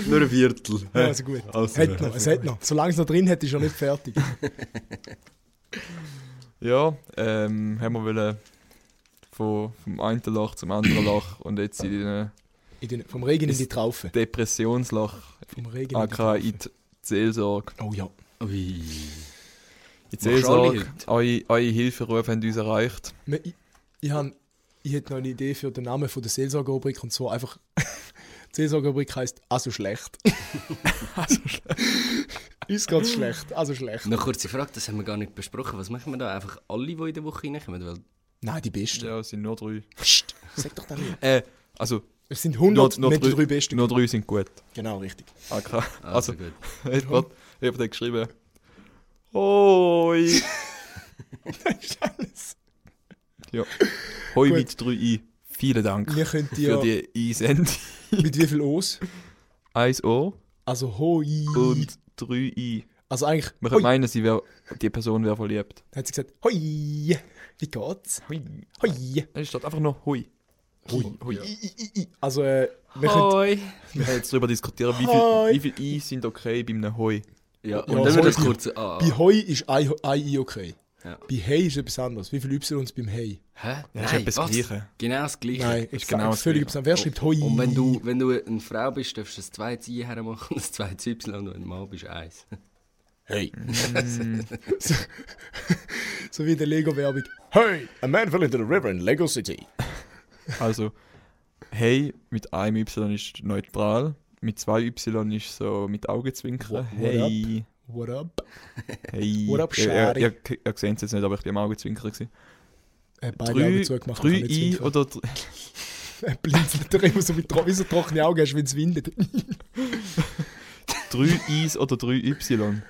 Nur ein Viertel. Ja, also gut. Also, hat noch, es hat noch. Solange es noch drin hat, ist er nicht fertig. [laughs] Ja, ähm, haben wir wollen von, vom einen Loch zum anderen Loch und jetzt in ein In den, vom Regen in die Traufe. Depressionsloch, Vom Regen in die aka Traufe. in Genau, die Seelsorge. Oh ja. Ui. In die Machst du alle Seelsorge, eure, eure Hilferufe haben uns erreicht. Me- Ich, Ne, ich, han- ich hätte noch eine Idee für den Namen von der Seelsorgerrubrik und so einfach. [laughs] die Seelsorgerrubrik heisst «Also [laughs] schlecht». Also Uns geht's schlecht, also schlecht. Noch kurze Frage, das haben wir gar nicht besprochen. Was machen wir da? Einfach alle, die in der Woche reinkommen? Weil Nein, die Besten. Ja, es sind nur drei. Psst, sag doch das nicht. Äh, also, Es sind nur, 100 nur, nicht die drei drei, Besten. nur drei sind gut. Genau, richtig. Aka. [laughs] Also, Also gut. Edward, ich habe geschrieben. [laughs] Hoi! [laughs] ist alles. Ja. Hoi Gut. mit 3i. Vielen Dank Wir können für dir die Einsendung. [laughs] mit wie viel O's? 1 O Also hoi. und 3i. Also eigentlich, Man hoi. könnte meinen, sie wär, die Person wäre verliebt. Dann hat sie gesagt, hoi. Wie geht's? Hoi. Hoi. Es steht einfach nur Hoi. Hoi. I, Hoi. i, i, i. Also, äh, wir können... Hoi! Wir können jetzt darüber diskutieren, wie Hoi. viel, wie viel I sind okay bei einem Hoi. Ja, und Ja, dann wird das hoi. kurz. Ah, Bei ah. hoi ist ein, ein I okay. Ja. Bei hey ist etwas anderes. Wie viele Y's beim hey? Hä? ist Nein, etwas was? Gleiche. Genau das Gleiche. Nein, ist genau genau das völlig Gleiche. etwas anderes. Wer schreibt hoi? Und wenn du, wenn du eine Frau bist, darfst du ein zweites I hermachen und ein zweites Y und wenn du ein Mann bist, eins. [laughs] Hey. so wie in der Lego-Werbung. Hey, a man fell into the river in Lego City. Also, Hey mit einem Y ist neutral. Mit zwei Y ist so mit Augenzwinkern. What- what hey. What up? Hey. What up, Ja, ja, Shari? Ihr ihr- ihr seht es jetzt nicht, aber ich bin am Augenzwinkern. gewesen. Äh, beide Augen Drei, zugemacht. drei kann nicht I zwinkern. oder dr- [laughs] Er [laughs] blinzelt doch immer so mit tro- wie so trockene Augen hast, wenn es windet. drei Is oder drei Y.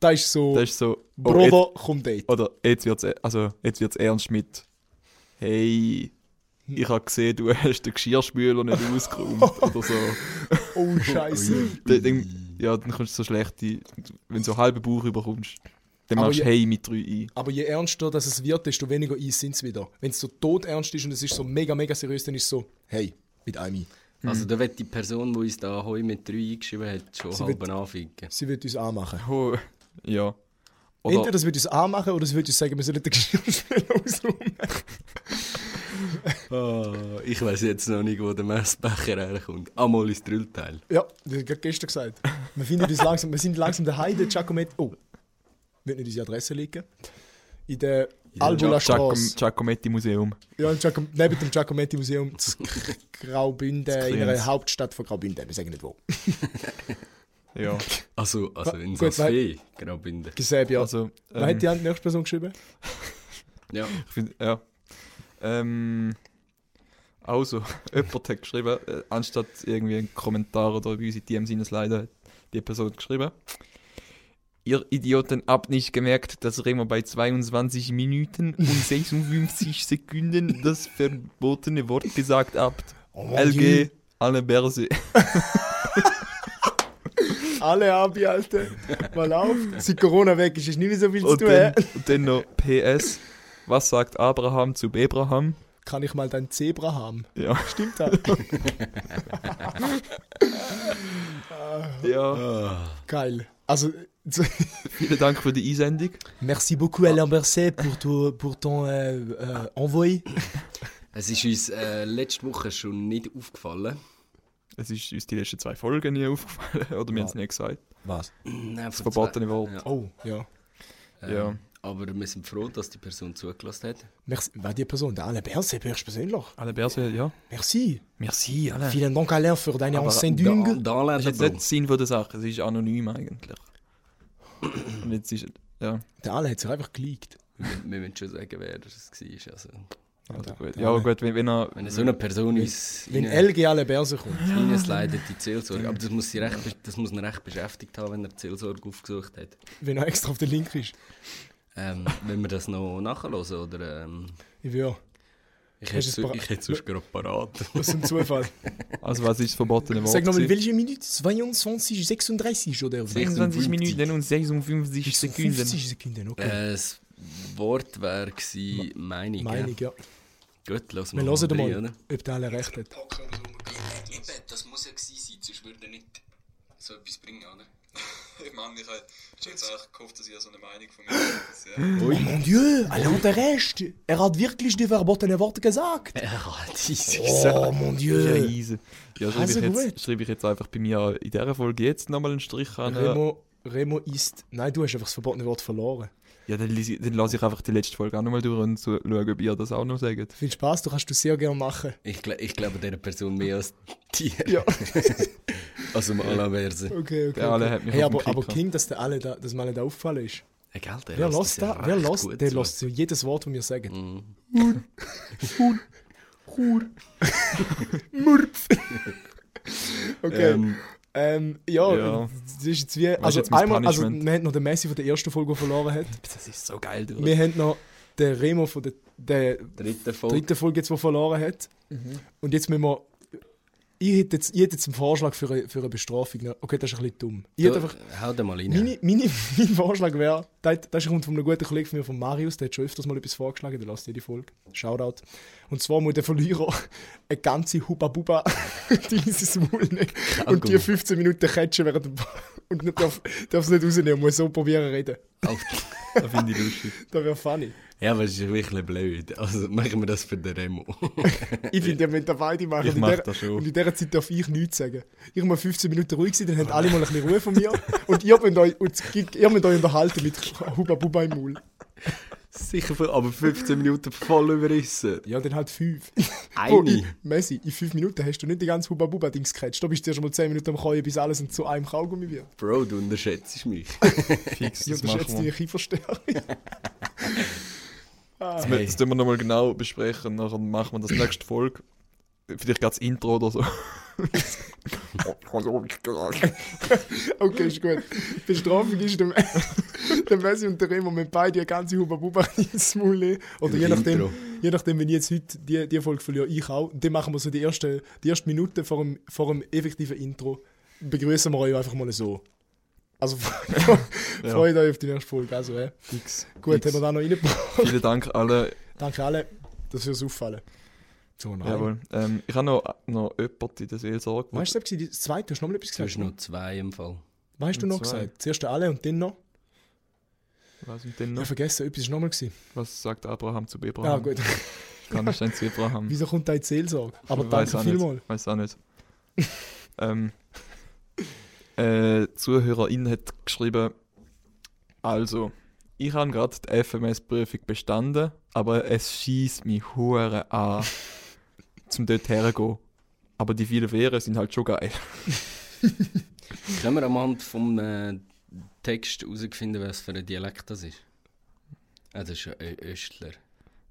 Da ist so, Das ist so. oh, Bruder, komm dort. jetzt, Oh, oder jetzt wird's, also, jetzt wird's ernst mit. Hey, Hm. ich habe gesehen, du [laughs] hast den Geschirrspüler [laughs] nicht ausgeräumt. oder so. Oh, scheiße. Dann, dann, ja, dann kommst du so schlechte. Wenn du so einen halben Bauch überkommst, dann Aber machst du je- Hey mit drei I. Aber je ernster dass es wird, desto weniger Eis sind es wieder. Wenn es so todernst ist und es ist so mega, mega seriös, dann ist es so, hey, mit einem I. Also da wird die Person, die uns da heute mit 3 eingeschrieben hat, schon Sie halb anficken. Sie wird uns anmachen. Oh, ja. Entweder Oder, das wird uns anmachen oder sie wird uns sagen, wir sollen den Geschirrspüler [laughs] ausräumen. Oh, ich weiß jetzt noch nicht, wo der Messbecher herkommt. Einmal ist Drillteil. Ja, das hat gerade gestern gesagt. [laughs] Wir, finden uns langsam, wir sind langsam daheim, der Giacometti. Oh, wird nicht unsere Adresse liegen. In der Albula Giacom, Straße. Giacometti Museum. Ja, im Giacom neben dem Giacometti Museum zu K- Graubünden, in einer Kriens. Hauptstadt von Graubünden. Wir sagen nicht wo. Ja. Also, also in Gut, Saas Fee, Graubünden. Gesehen, ja. Also, Wer hat ähm, die nächste Person geschrieben? Ja. Ich find, ja. Ähm, also, [laughs] jemand hat geschrieben, äh, anstatt irgendwie einen Kommentar oder wie unsere DMs hineinsliden, hat die Person geschrieben. Ihr Idioten habt nicht gemerkt, dass Remo bei 22 Minuten und 56 Sekunden das verbotene Wort gesagt habt. Oh mon Dieu. LG, alle Berse. Alle Abi, Alter. Mal auf. Seit Corona weg ist, ist nicht mehr so viel zu Und tun. dann, und dann noch PS. Was sagt Abraham zu Bebraham? Kann ich mal dein Zebra haben? Ja. Stimmt [laughs] das? ja. Geil. Also, [laughs] Vielen Dank für die Einsendung. merci beaucoup, Alain Berset, pour, ton- pour ton äh, äh, Envoy. Es ist uns äh, letzte Woche schon nicht aufgefallen. Es ist uns die letzten zwei Folgen nie [laughs] aufgefallen, oder wir haben es nie gesagt. Was? Nein, das verbotene Wort. Oh, ja. Ähm. Ja. äh, Aber wir sind froh, dass die Person zugelassen hat. Merci. War die Person, der Alain Berset, höchstpersönlich. Alle Berse, ja. Merci. Merci, alle. Vielen Dank, Alain, Ah, für deine Aber Ensendung. Da Das ist lernt jetzt er nicht der Sinn von der Sache, es ist anonym eigentlich. Und jetzt ist ja. Der Alain hat sich einfach geleakt. Wir wir müssen schon sagen, wer das war. Also, Also gut. Ja, gut, wenn, wenn er. wenn so eine Person uns Wenn rein- LG Alain Berset kommt. hineinslidet in die Seelsorge. Aber das muss, sie recht, be- das muss ihn recht beschäftigt haben, wenn er die Seelsorge aufgesucht hat. Wenn er extra auf den Link ist. Ähm, wenn wir das noch nachhören, oder? Ähm, Ich will. ich Hast hätte du ein so- paar- ich hätte sonst gerade [laughs] parat. Das ist ein Zufall. Also was ist das verbotene Wort? Sag nochmal, gewesen? welche Minute? 22, 36 oder 26 56. Minuten und 56 Sekunden. 50 Sekunden, okay. Äh, das Wort wäre gewesen, Meinung. Meinung, Meinung. ja. Gut, lass Wir hören mal, ob der alle recht hat. Eben, das muss ja gewesen sein, sonst würde er nicht so etwas bringen, oder? Ich meine, ich hätte ich hätte jetzt eigentlich gehofft, dass ihr so eine Meinung von mir habt. Ja. Oh mon Dieu, Alain hat recht. Er hat wirklich die verbotenen Worte gesagt. Ja, [laughs] diese Oh mon Ja, Dieu. easy. Ja, schreibe Also ich, gut. jetzt- schreibe ich jetzt einfach bei mir in dieser Folge jetzt nochmal einen Strich an. äh, Remo, Remo ist... Nein, du hast einfach das verbotene Wort verloren. Ja, dann, lies ich- dann lasse ich einfach die letzte Folge auch nochmal durch und so, schaue, ob ihr das auch noch sagt. Viel Spaß, du kannst du sehr gerne machen. Ich, gl ich glaube dieser Person mehr als Also dir. [laughs] Ja. Als dem Alaverse. Okay, okay. Der okay. Alain hat mich hey, auf den aber, Kicker. aber King, dass der alle da, dass mir alle da aufgefallen ist. Ja, gell, der Wer lässt lässt das ja da? Wer recht lässt? gut Mm. Der zu. lässt so jedes Wort, das wir sagen. Okay. Ähm, Ähm, ja, Ja. das ist jetzt wie. Also, jetzt mein einmal, also, Punishment? wir haben noch den Messi von der ersten Folge, die er verloren hat. Das ist so geil, du. Wir haben noch den Remo von der, der Dritte Folge. dritten Folge, jetzt, die er verloren hat. Und jetzt müssen wir. Ich hätte jetzt, ich hätte jetzt einen Vorschlag für eine, für eine Bestrafung. ne? Okay, das ist ein bisschen dumm. Ich hätte Du, einfach, Hau den mal rein. meine, meine, [laughs] mein Vorschlag wäre, das, das kommt von einem guten Kollegen von mir, von Marius, der hat schon öfters mal etwas vorgeschlagen, der lässt jede Folge. Shoutout. Und zwar muss der Verlierer [laughs] eine ganze [laughs] Huba-Buba in sein Maul nehmen und die 15 Minuten catchen während dem [laughs] und nicht darf, darf es nicht rausnehmen, muss so probieren zu reden. Alter. Das finde ich lustig. Das wäre funny. Ja, aber es ist wirklich blöd. Also machen wir das für den [laughs] Remo. Ich finde, ihr müsst da beide machen. Ich Und in mach der- das schon. Und in dieser Zeit darf ich nichts sagen. Ich muss 15 Minuten ruhig sein, dann haben alle mal ein bisschen Ruhe von mir. Und ihr müsst euch, und ihr müsst euch unterhalten mit Huba-Buba im Maul. Sicher, voll, aber 15 Minuten voll überrissen. Ja, dann halt fünf. Eine. Bro, in, Messi, in fünf Minuten hast du nicht die ganze Huba-Buba-Dings gecatcht. Da bist du erst mal 10 Minuten am Keuen, bis alles zu einem Kaugummi wird. Bro, du unterschätzt mich. Fix, Ich das machen unterschätze wir. deine Kieferstärke. Das, mü- das tun wir nochmal genau besprechen. Nachher machen wir das nächste Folge. Vielleicht gerade das Intro oder so. [laughs] Also, Okay, ist gut. Bestrafung ist [laughs] der, der Messi und der Remo mit beide die ganze Huba-Buba ins Maul nehmen. Oder Im je nachdem, Intro. je nachdem, wenn ich jetzt heute die, die Folge verliere, ich auch. Und dann machen wir so die ersten die erste Minute vor dem, vor dem effektiven Intro. Begrüßen wir euch einfach mal so. Also [laughs] freut euch auf die nächste Folge. Also, äh. Fix. Gut, Fix. haben wir da noch reingebracht. Vielen Dank alle. Danke alle, dass wir es auffallen. So, nein. Jawohl. Ähm, ich habe noch, noch jemanden in der Seelsorge. Weißt du, das war das zweite, hast du noch mal etwas Du hast gesagt? noch zwei im Fall. Weißt du noch Zwei. gesagt? Zuerst alle und dann noch? Was, und dann Ja, noch? vergessen, etwas war noch mal. gewesen. Was sagt Abraham zu Bebraham? Ah, gut. [laughs] Kann ich ein zu Abraham? Wieso kommt da jetzt Seelsorge? Aber Weiß danke auch vielmals. Nicht. Weiß auch nicht. [laughs] ähm, äh, Zuhörerin hat geschrieben, also, ich habe gerade die FMS-Prüfung bestanden, aber es schießt mich hure an, zum dort herzugehen. Aber die vielen Wehren sind halt schon geil. Können wir anhand vom äh, Text herausfinden, was für ein Dialekt das ist? Ah, das ist ja Ö- Östler.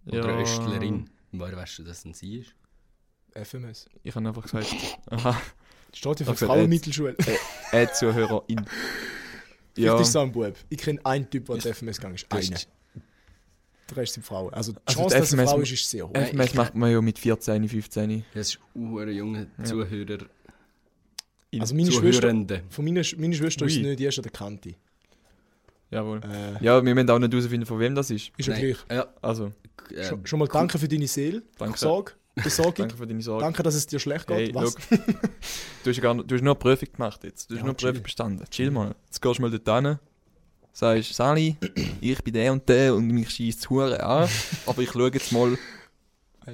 Oder Ja, Östlerin. Woher weißt du, dass denn sie ist? FMS. Ich habe einfach gesagt, aha, Steht ja für Also, [laughs] Frauenmittelschule. äh, Zuhörerin. Ja. ja, Ist so ein Bub. Ich kenne einen Typ, der an die FMS gegangen ist. Einen. ist- Der Rest sind Frauen. Also die Also Chance, die dass es eine FMS Frau ist, ist sehr hoch. Äh, FMS ich- macht man ja mit 14, 15. Ja, es ist ein junger Zuhörer. Also meine Schwester, Zuhörende. von meiner, Sch- meine Schwester ist Ui. es nicht, die ist an der Kante. Jawohl. Äh, Ja, wir müssen auch nicht herausfinden, von wem das ist. ist ja Nein, gleich. Ja, Also, äh, Schon, schon mal danke für deine Seele. Danke. [laughs] Sorge, Besorgung. danke für deine Sorge. Danke, dass es dir schlecht geht. Hey, Was? look. Du hast, ja gar, nicht- du hast nur eine Prüfung gemacht jetzt. Du hast Ja, nur eine chill. Prüfung bestanden. Chill mal. Jetzt gehst du mal dort hin, sagst, Sally, ich bin der und der und mich schießt Hure an, aber ich schaue jetzt mal,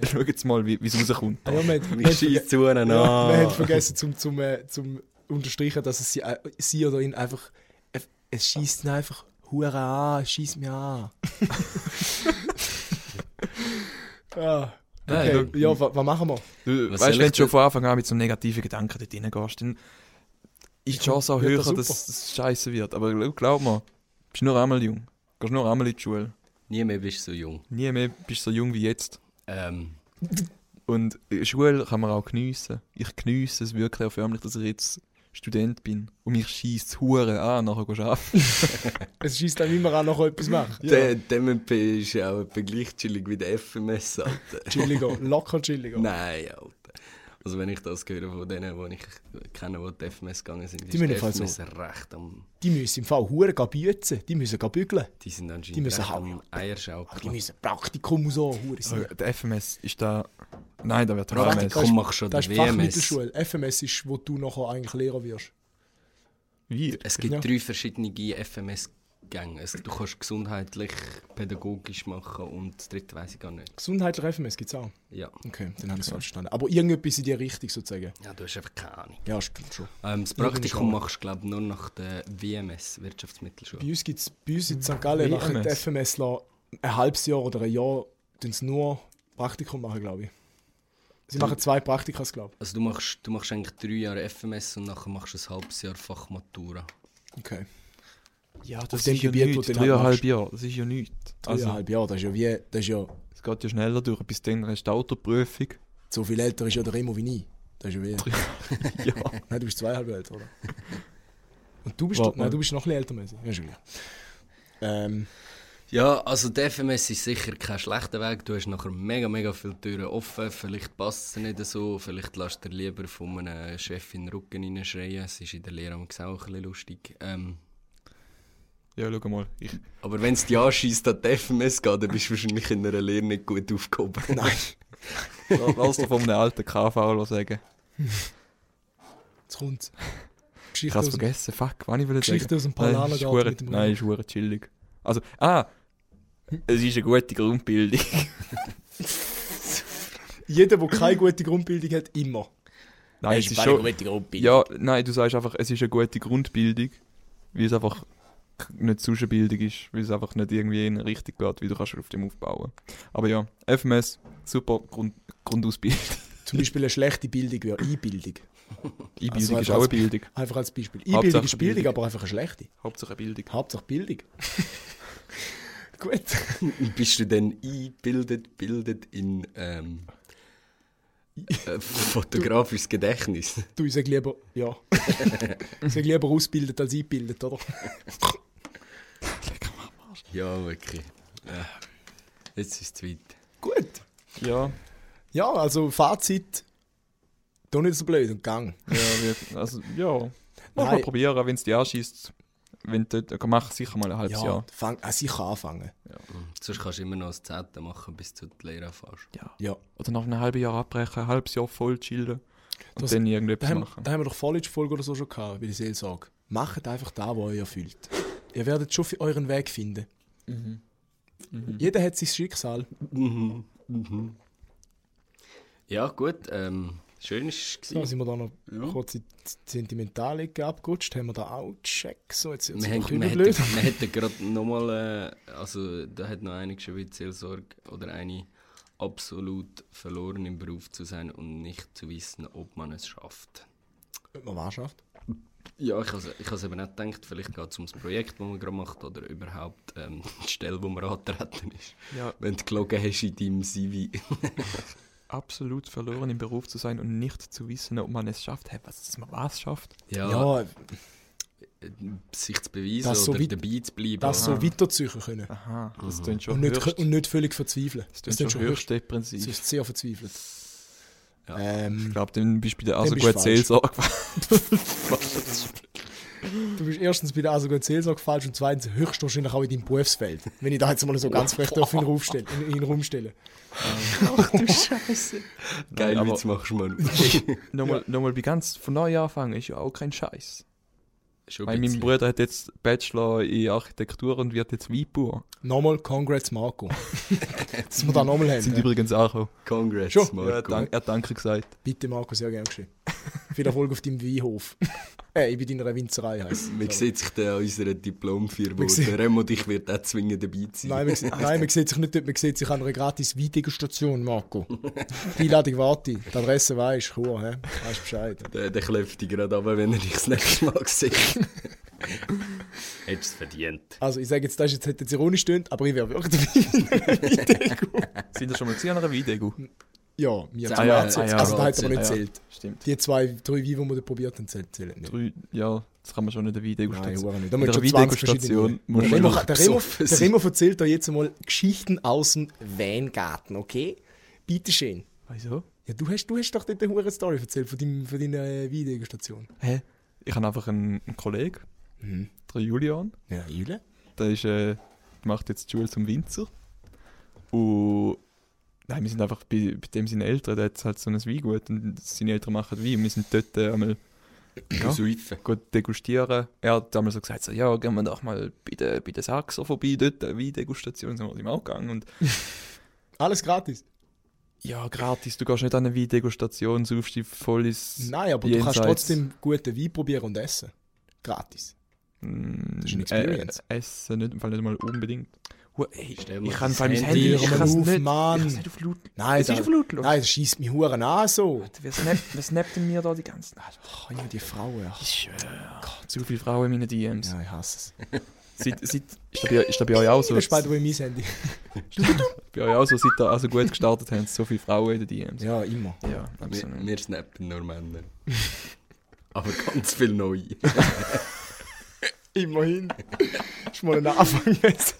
ich schaue jetzt mal, wie wie es rauskommt. Ah, ja, wir haben- wir mich haben schießt zu an. Ja, wir haben vergessen zum, zum, äh, zum unterstreichen, dass es sie, äh, sie oder ihn einfach. äh, Es schießt ihn einfach Hure an, schießt mich an. ah, okay. Nein, ja, wa- was machen wir? Du, Was weißt soll du, wenn ich du schon denn? von Anfang an mit so einem negativen Gedanken dort reingehst, dann ist die Chance auch wird höher, das super. dass es scheiße wird. Aber gl- glaub mir, du bist nur einmal jung. Du gehst nur einmal in die Schule. Nie mehr bist du so jung. Nie mehr bist du so jung wie jetzt. Ähm, Und äh, Schule kann man auch geniessen. Ich geniesse es wirklich auch förmlich, dass ich jetzt Student bin. Und mich schießt Hure an, nachher gehst du arbeiten. Es schießt einem immer an, noch [laughs] etwas machen. Der, der MP ist auch etwa gleich chillig wie der FMS, Alter. Chilliger, locker chilliger. Nein, Alter. Also wenn ich das höre von denen, die ich kenne, die die FMS gegangen sind, Die ist müssen die jedenfalls FMS recht am... Die müssen im Fall Huren gehen büzen, die müssen gehen bügeln. Die sind anscheinend Die müssen recht hauen. am Die Eierschaukeln. müssen Praktikum so, Huren sein. Also, Der FMS ist da... Nein, da wird Praktikum HMS. machst schon Das die ist die WMS. Fachmittelschule. FMS ist, wo du nachher eigentlich Lehrer wirst. Wie? Es gibt Ja. drei verschiedene FMS-Gänge. Es- Du kannst gesundheitlich, pädagogisch machen und das dritte weiß ich gar nicht. Gesundheitlich FMS gibt es auch. Ja. Okay, dann habe ich es falsch verstanden. Aber irgendetwas in die Richtung sozusagen. ja, du hast einfach keine Ahnung. Ja, stimmt schon. Ähm, das Ja, bin ich Praktikum auch. machst du, glaube ich, nur nach der WMS, Wirtschaftsmittelschule. Bei uns gibt es, bei uns in St. Gallen machen die WMS. FMS ein halbes Jahr oder ein Jahr, tun sie nur Praktikum machen, glaube ich. Sie machen zwei Praktikas, glaube Also du machst, du machst eigentlich drei Jahre FMS und nachher machst du ein halbes Jahr Fachmatura. ich. Okay. Ja, auf das dem ist ja Gebiet, wo du nichts. den Dreieinhalb abmachst. Jahre, das ist ja nichts. Also, Dreieinhalb Jahre, das ist ja wie, das ist ja, es geht ja schneller durch. Bis dann hast du die Autoprüfung. so viel älter ist ja der Remo wie ich. Das ist ja wie, ja. nein, du bist zweieinhalb Jahre [laughs] älter, oder? Und du bist, Warte mal. nein, du bist noch ein bisschen älter, mäßig. Ja, ist ja gleich. Ähm, Ja, also der FMS ist sicher kein schlechter Weg. Du hast nachher mega, mega viele Türen offen. Vielleicht passt es nicht so. Vielleicht lässt du dir lieber von einem Chef in den Rücken reinschreien. Es ist in der Lehre am auch ein bisschen lustig. Ähm, Ja, schau mal. Ich, aber wenn es dich anschießt, an die FMS geht, dann bist du wahrscheinlich in einer Lehre nicht gut aufgehoben. [laughs] Nein. lass dir von einem alten KV sagen. jetzt kommt's. Ich [laughs] Geschichte hab's aus dem, vergessen. Fuck, wann ich will Geschichte aus dem Nein, ist Palanergarten hure- mit dem Nein, ist hure chillig. Also, ah, es ist eine gute Grundbildung. Jeder, der keine gute Grundbildung hat, immer. Nein, es ist ist eine schon, gute Gruppe. ja, nein, du sagst einfach, es ist eine gute Grundbildung, weil es einfach nicht sonst eine Bildung ist, weil es einfach nicht irgendwie in eine Richtung geht, wie du kannst auf dem aufbauen. Aber ja, FMS, super Grund, Grundausbildung. [laughs] Zum Beispiel eine schlechte Bildung wäre Einbildung. Einbildung Also ist einfach auch eine als- Bildung. Einfach als Beispiel. Hauptsache Einbildung ist Bildung, Bildung. aber einfach eine schlechte. Hauptsache eine Bildung. Hauptsache Bildung. [laughs] Gut. Bist du denn eingebildet, bildet in ähm, äh, fotografisches Gedächtnis? Du, ich sag lieber, ja. ich sag lieber ausbildet als eingebildet, oder? Ja, wirklich. Ja. Jetzt ist es zu weit. Gut. Ja, Ja, also Fazit. Doch nicht so blöd und gang. ja, wir, also, ja. Mach mal Nein. probieren, wenn es dich anschießt. Wenn du dort, mach sicher mal ein halbes Ja, Jahr. fang, also ich kann anfangen. Sonst kannst du immer noch ein Zehnte machen, bis du die Lehre anfängst. Ja. Oder nach einem halben Jahr abbrechen, ein halbes Jahr voll chillen und Das- dann Da irgendetwas haben, machen. da haben wir doch vorletzte Folge oder so schon gehabt, wie die Seelsorge. Macht einfach da, wo euch erfüllt. Ihr werdet schon für euren Weg finden. Jeder hat sein Schicksal. Ja, gut. Ähm, schön ist es. So, gewesen. sind wir da noch Ja. kurz in die sentimentale Ecke abgerutscht, haben wir da auch gecheckt. So, jetzt jetzt Wir sind wir hätten- wir kühler blöd. hätten- wir hätten gerade nochmal. Äh, also, da hat noch einer geschrieben, die Seelsorge oder eine absolut verloren im Beruf zu sein und nicht zu wissen, ob man es schafft. Ob man wahr schafft. Ja, ich habe ich has eben nicht gedacht, vielleicht geht es um das Projekt, das man gerade macht, oder überhaupt ähm, [laughs] die Stelle, wo man antreten ist. Ja. Wenn du gelogen hast in deinem CV. Absolut verloren im Beruf zu sein und nicht zu wissen, ob man es schafft. Hey, was, dass man was schafft? ja, Ja, sich zu beweisen Das so oder weit- dabei zu bleiben. das Ja. so weiterziehen können. Aha, Mhm. das klingt schon Und nicht, höchst, und nicht völlig verzweifeln. das klingt schon höchst depressiv. Sie ist sehr verzweifelt. Ja. Ich Ähm, glaube, dann bist du bei der also bist gut falsch. Seelsorge. du bist erstens bei der also gut Seelsorge falsch und zweitens höchstwahrscheinlich auch in deinem Berufsfeld. Wenn ich da jetzt mal so ganz frech auf in den Raum stelle. In, in den Raum stelle. [laughs] Geil, Nein, aber- Witz machst du, Mann. Nochmal, nochmal bei ganz von neu anfangen ist ja auch kein Scheiß. Schon Weil ein mein bisschen. Bruder hat jetzt Bachelor in Architektur und wird jetzt Weinbauer. Nochmal [laughs] Congrats Marco. Dass wir da nochmal haben. Sind ja. übrigens auch. gekommen. Congrats, Schon. Ja, er hat Marco. Dank- er hat Danke gesagt. Bitte Marco, sehr gerne geschehen. Viel Erfolg auf [laughs] deinem Weinhof. äh, ich bin deiner Winzerei heisst. Man sieht sich dann an unserer Diplomfirma. Man und sieht- Der Remo dich wird auch zwingen, dabei zu sein. Nein, man, sieht- nein, man sieht sich nicht dort, man sieht sich an einer gratis Weidegustation, Marco. Die Einladung warte, ich. die Adresse weisst du, cool, hä? Weißt Bescheid. Der, der kläfft dich gerade runter, wenn er dich das nächste Mal [laughs] sieht. Hättest du es verdient. Also ich sage jetzt, das ist jetzt, hat jetzt ironisch tönt, aber ich wäre wirklich dabei. [laughs] Sind das schon mal gesehen an einer Weidegu? Ja, wir Ah, haben ja, ja, ah, ja, Also da hat Wahnsinn, aber nicht ah, ja. zählt. Stimmt. Die zwei, drei Weine, die wir da probiert haben, zählt- zählen nicht. Drei, ja, das kann man schon in der Nein, Weidegustation. hure nicht. Da In der muss schon 20 Weidegustation verschiedene. muss Der man Remo, noch der, Remo, besoffen der sein. Remo erzählt da jetzt mal Geschichten aus dem Weingarten, okay? Bitte schön. Wieso? Ja, du hast, du hast doch dort eine hure Story erzählt von, deinem, von deiner äh, Weidegustation. Hä? Ich habe einfach einen, einen Kollegen, Mhm. der Julian. Ja, Jule? Der ist, äh, macht jetzt die Schule zum Winzer. Und nein, wir sind einfach bei, bei dem seinen Eltern, der hat halt so ein Weingut und seine Eltern machen Wein. Und wir sind dort äh, einmal Ja. Säufen. gut degustieren. Er hat damals so gesagt, so, ja, gehen wir doch mal bei den bei der Sachser vorbei, dort eine Weindegustation. Sind wir ihm auch gegangen. Und Alles gratis. ja, gratis, du gehst nicht an eine Weindegustation, suchst dich voll ins... Nein, aber Jenseits. du kannst trotzdem guten Wein probieren und essen. Gratis. Mm, ist eine Experience. Äh, äh, essen nicht, im Fall nicht mal unbedingt. Hu- ey, Stell mal ich kann das vor allem das Handy Handy, ich mal kann es auf, nicht, ich Mann. kann's nicht auf Laut. Nein, Es ist da- auf laut, schau. Nein, das schießt mich Huren an so. Wer snappt, wer snappt denn mir da die ganzen... Ach, Ach, immer die Frauen. Ach, zu viele Frauen in meinen DMs. ja, ich hasse es. [laughs] Seit, seit, ist, das bei, ist das bei euch auch so? Das ist bei mein Handy. bei euch auch so, seit ihr also gut gestartet habt, so viele Frauen in den DMs? Ja, immer. Ja, Wir, absolut. wir snappen nur Männer. Aber ganz viel [laughs] neu. Immerhin. [laughs] ist mal ein Anfang jetzt. [laughs]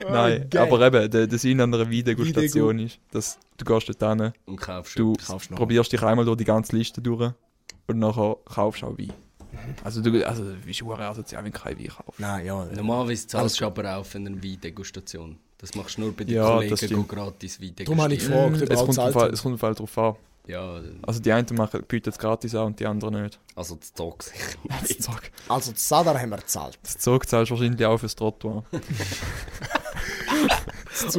Nein, Oh, geil. aber eben, der, der Sinn an einer Weidegustation ist, dass du gehst dort hin, Und kaufst du etwas. kaufst noch. probierst dich einmal durch die ganze Liste durch und nachher kaufst du auch Wein. Mhm. Also du also, du bist hure asozial, wenn du keinen Wein kaufst. Nein, ja. Normalerweise zahlst du aber auch für eine Weindegustation. Das machst du nur bei den Ja, Kollegen, das die stimmt. gratis Wein Darum habe ich degustieren. es, gefragt, ob auch kommt im zahlt Fall, wird. es kommt im Fall darauf an. Ja, Also die einen machen, bieten es gratis an und die anderen nicht. also das Tag [laughs] sicher Das nicht. Zeug, Also, das Sadar haben wir gezahlt. das Zeug zahlst du wahrscheinlich auch fürs [laughs] Trottoir.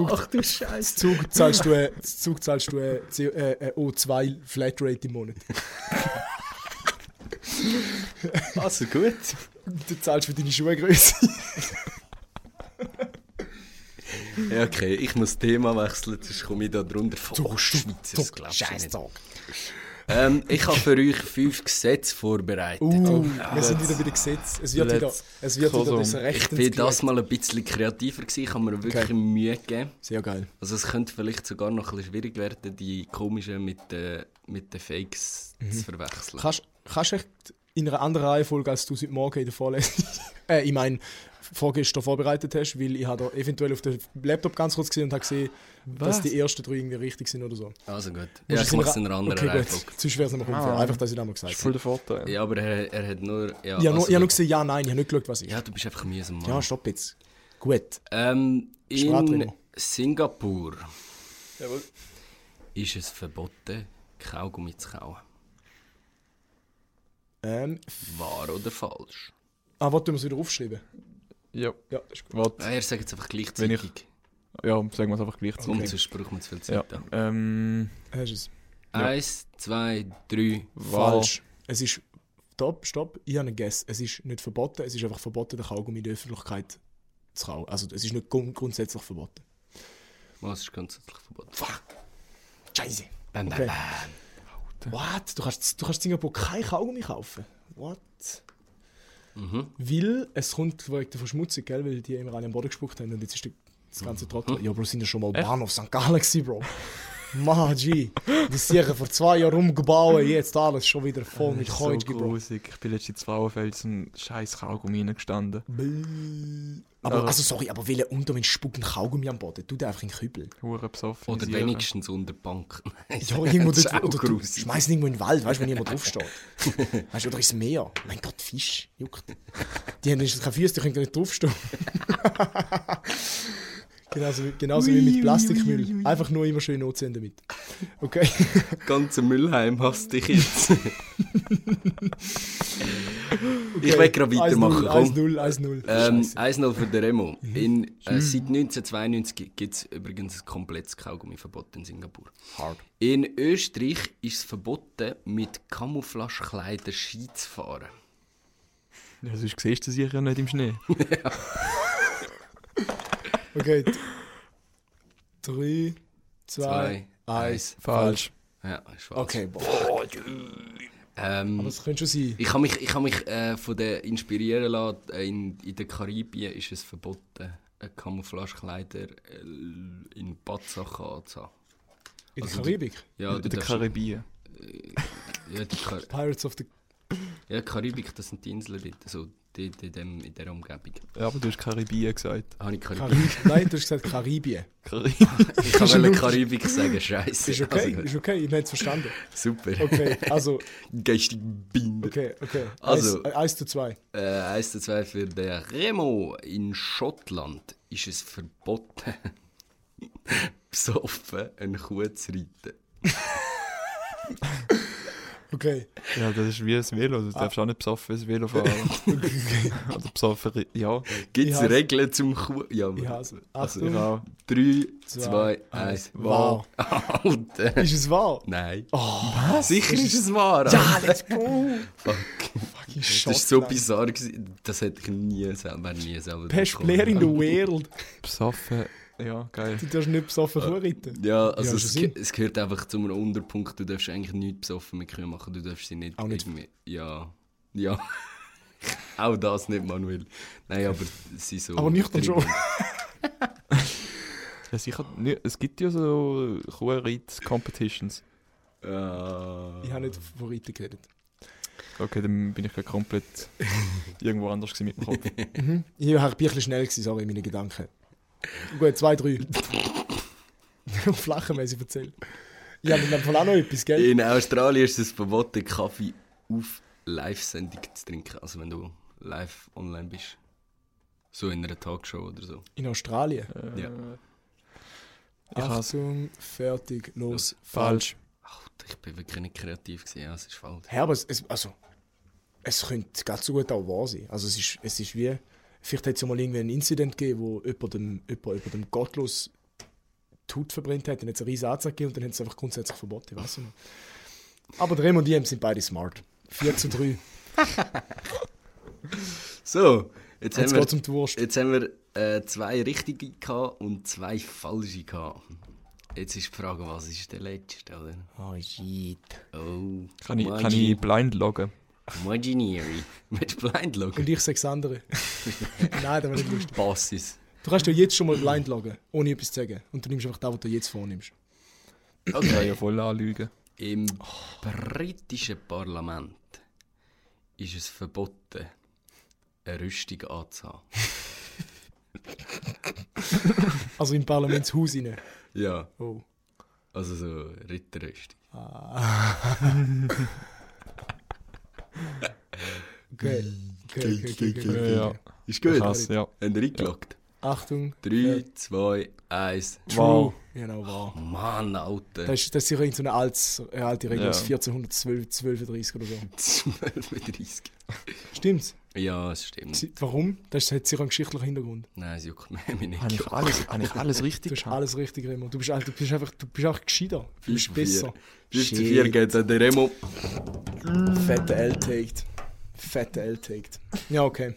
Ach du Scheiße. Zug zahlst du, äh, das Zug zahlst du äh, CO- äh, äh, O2 Flatrate im Monat. Also gut. Du zahlst für deine Schuhgröße. Ja, okay, ich muss das Thema wechseln, sonst komme ich da drunter von Ostschweizer. das glaubst du Scheiß nicht. Tag. Ähm, ich habe für euch fünf Gesetze vorbereitet. Uh, wir sind wieder bei den Gesetzen. Es wird Let's wieder, es wird wieder Konsum. das ich Recht bin das mal ein bisschen kreativer gewesen, ich habe mir wirklich Okay. Mühe gegeben. Sehr geil. Also es könnte vielleicht sogar noch ein bisschen schwierig werden, die komischen mit, den- mit den Fakes Mhm. zu verwechseln. Kannst, kannst du echt in einer anderen Reihenfolge, als du es heute Morgen in der Vorlesung, [laughs] äh, ich meine, vorgestern vorbereitet hast, weil ich habe da eventuell auf dem Laptop ganz kurz gesehen und habe gesehen, dass die ersten drei irgendwie richtig sind oder so. Also gut, Musst ja, du ich in mache es in einer- einer anderen okay, Reihenfolge. gut. Sonst wäre es nochmal unfair. Ah. Einfach, dass ich das mal Das gesagt ist habe. voll der Vorteil. Ja, aber er, er hat nur... Ja, Ich habe nur, also ich habe nur gut. gesehen, ja, nein, ich habe nicht geschaut, was ich. Ja, ja, du bist einfach mies am Mann. ja stopp jetzt. Gut. Ähm, in Sprachtrainer. Singapur ist es verboten, Kaugummi zu kauen. Ähm, Wahr oder falsch? ah, warte, du musst wieder aufschreiben. Ja, Ja, das ist gut. warte. Er sagt es einfach gleichzeitig. Wenn ich- Ja, sagen wir es einfach gleichzeitig. Um, sonst braucht man zu viel Ja, Zeit. an. ähm, Hast du es? Eins, zwei, drei. Wahl. Falsch. Es ist. Stopp, stopp. Ich habe einen Guess. Es ist nicht verboten, es ist einfach verboten, den Kaugummi in der Öffentlichkeit zu kauen. Also, es ist nicht grund grundsätzlich verboten. Was ist grundsätzlich verboten? Scheiße. Bam, bam, Okay. bam. Minuten. What? Du kannst, du kannst in Singapur kein Kaugummi kaufen. What? Mhm. Weil es kommt wegen der Verschmutzung, gell? weil die immer alle am Boden gespuckt haben und jetzt ist die- das ganze Trottel. Ja, Bro, sind ja schon mal Bahnhof St. Gallen gewesen, Bro. Mann, G. Die Sicher vor zwei Jahren rumgebaut, jetzt alles schon wieder voll mit Das ist so Kreuz, Bro. grusig. Ich bin letztens in Frauenfeld zum scheiß Kaugummi reingestanden. Bäh. Aber, Ja. also sorry, aber welcher Untermensch spuckt einen Kaugummi am Boden? Tu den einfach in den Kübel. Hure besoffen. Oder Sicher. wenigstens unter die Bank. [laughs] Ja, irgendwo Das ist dort, auch oder du grusig. schmeißt ihn irgendwo in den Wald, weißt du, [laughs] wenn jemand draufsteht. Weißt du, oder ins Meer. Mein Gott, Fisch, juckt. Die haben nicht keine Füße, die können gar nicht draufstehen. [laughs] genauso wie- genauso wie mit Plastikmüll. Einfach nur immer schön Ozean damit. Okay. ganze Müllheim hasst [laughs] dich jetzt. Ich will gerade weitermachen. Komm. 1-0, 1-0. Ähm, Scheiße. 1-0 für den Remo. In, äh, seit 1992 gibt es übrigens ein komplettes Kaugummiverbot in Singapur. Hard. In Österreich ist es verboten, mit Camouflage-Kleidern Ski zu fahren. Ja, sonst siehst du sicher nicht im Schnee. Okay. 3, 2, Zwei, 1. [laughs] Falsch. Ja, ist falsch. Okay, boah. Ähm, Das könnte schon sein. ich habe mich, ich hab mich äh, von der inspirieren lassen. Äh, In, in der Karibien ist es verboten, äh, Camouflage-Kleider äh, in Batsachen anzuhaben. In der Also die- Karibik. Ja, In du der darfst- Karibien. ja, die Kar Pirates of the ja, Karibik, das sind die Inseln dort, also die, die, dem, in dieser Umgebung. Ja, aber du hast Karibien gesagt. Habe ich Karibik. Karibik. Nein, du hast gesagt Karibien. Karibien. Ich kann Karibik sagen, scheiße. Ist okay, Also, ist okay, ich habe es verstanden. super. Okay, also, Geistig Binder. okay, okay. Also- 1 zu 2. Äh, eins zu zwei für den Remo. In Schottland ist es verboten, [laughs] besoffen eine Kuh zu reiten. Okay. [laughs] Ja, das ist wie ein Velo. Du darfst auch nicht besoffen ein Velo [laughs] fahren. Oder besoffen, ri- ja. Gibt Ich es hasse- Regeln zum Kuh? Ja, Ich aber- hasse. Also ich Achtung. auch. 3, Zwei, 2, 1. Wow. Alter. Ist es wahr? [laughs] Nein. Oh, Sicher ist es wahr. Ja, Alter. let's go! [laughs] Fuck. Fucking Das war so Schottland. bizarr. gewesen. Das hätte ich nie selber, wäre nie selber Best gekommen. Player [laughs] in the world. Besoffen, ja, geil. Du darfst nicht besoffen Kuh reiten. Ja, also Ja, es, schon Sinn. ge- es gehört einfach zu einem Unterpunkt, du darfst eigentlich nichts besoffen mit Kühen machen, du darfst sie nicht... Auch nicht. irgendwie- Ja, ja. [laughs] Auch das nicht, Manuel. Nein, aber sie so... Aber nüchtern schon. [laughs] Ja, sicher, ni- es gibt ja so Kuhreit-Competitions. Ja. Ich habe nicht von Reiten geredet. Okay, dann bin ich gerade [laughs] komplett irgendwo anders gewesen mit dem Kopf. Ich war ein bisschen schnell, gewesen, sorry, meine Gedanken. Gut, 2, [laughs] 3. Flachenmäßig erzählt. Ich habe dann auch noch etwas, gell? Ah. In Australien ist es verboten, Kaffee auf Live-Sendung zu trinken, also wenn du live online bist. So in einer Talkshow oder so. In Australien. Äh, Ja. Ich has- Achtung, fertig, los, Falsch. Ach, ich bin wirklich nicht kreativ gewesen, ja, es ist falsch. Ja, aber es, es, also, es könnte ganz so gut auch wahr sein. Also es ist, es ist wie, vielleicht hat es ja mal irgendwie einen Incident gegeben, wo jemand dem, jemand, jemand dem gottlos die Haut verbrennt hat, dann hat es eine riesen Anzeige gegeben und dann hat es einfach grundsätzlich verboten, weißt du noch. Aber der Remo und ich sind beide smart. 4 zu 3, So, jetzt, jetzt haben wir... geht es um die Wurst. Jetzt haben wir äh, zwei richtige gehabt und zwei falsche gehabt. Jetzt ist die Frage, was ist der letzte, oder? Oh shit. Oh, Kann ich, kann ich blind loggen? Imaginary. Mit Blind Logger. Und ich sechs andere. Nein, das war nicht lustig. Basis. Du kannst ja jetzt schon mal blind loggen, ohne etwas zu sagen. Und du nimmst einfach das, was du jetzt vornimmst. Ich kann ja voll anlügen. Im britischen Parlament ist es verboten, eine Rüstung anzuhaben. Also im Parlamentshaus rein. Ja, Oh. also so Ritterrüstung. Okay. Okay, okay, okay, okay. Ja, ja. Ist Ich gut. has, ja. Haben wir eingeloggt? Achtung. 3, 2, 1. Wow. Genau, wow. Oh, Mann, Alter. Das ist, das ist sicher irgend so eine altes, eine alte Regel Ja. aus 1412, 1230 oder so. 12 mit 30. Stimmt's? Ja, es stimmt. Sie- Warum? Das hat sicher einen geschichtlichen Hintergrund. Nein, es juckt mich nicht. Habe ich alles, habe ich alles Du richtig hast gehabt? alles richtig, Remo. Du bist, einfach- du bist einfach du bist auch gescheiter. Du bist besser. 5 zu 4 geht an den Remo. Fette L-Taked. Fette L-Taked. Ja, okay.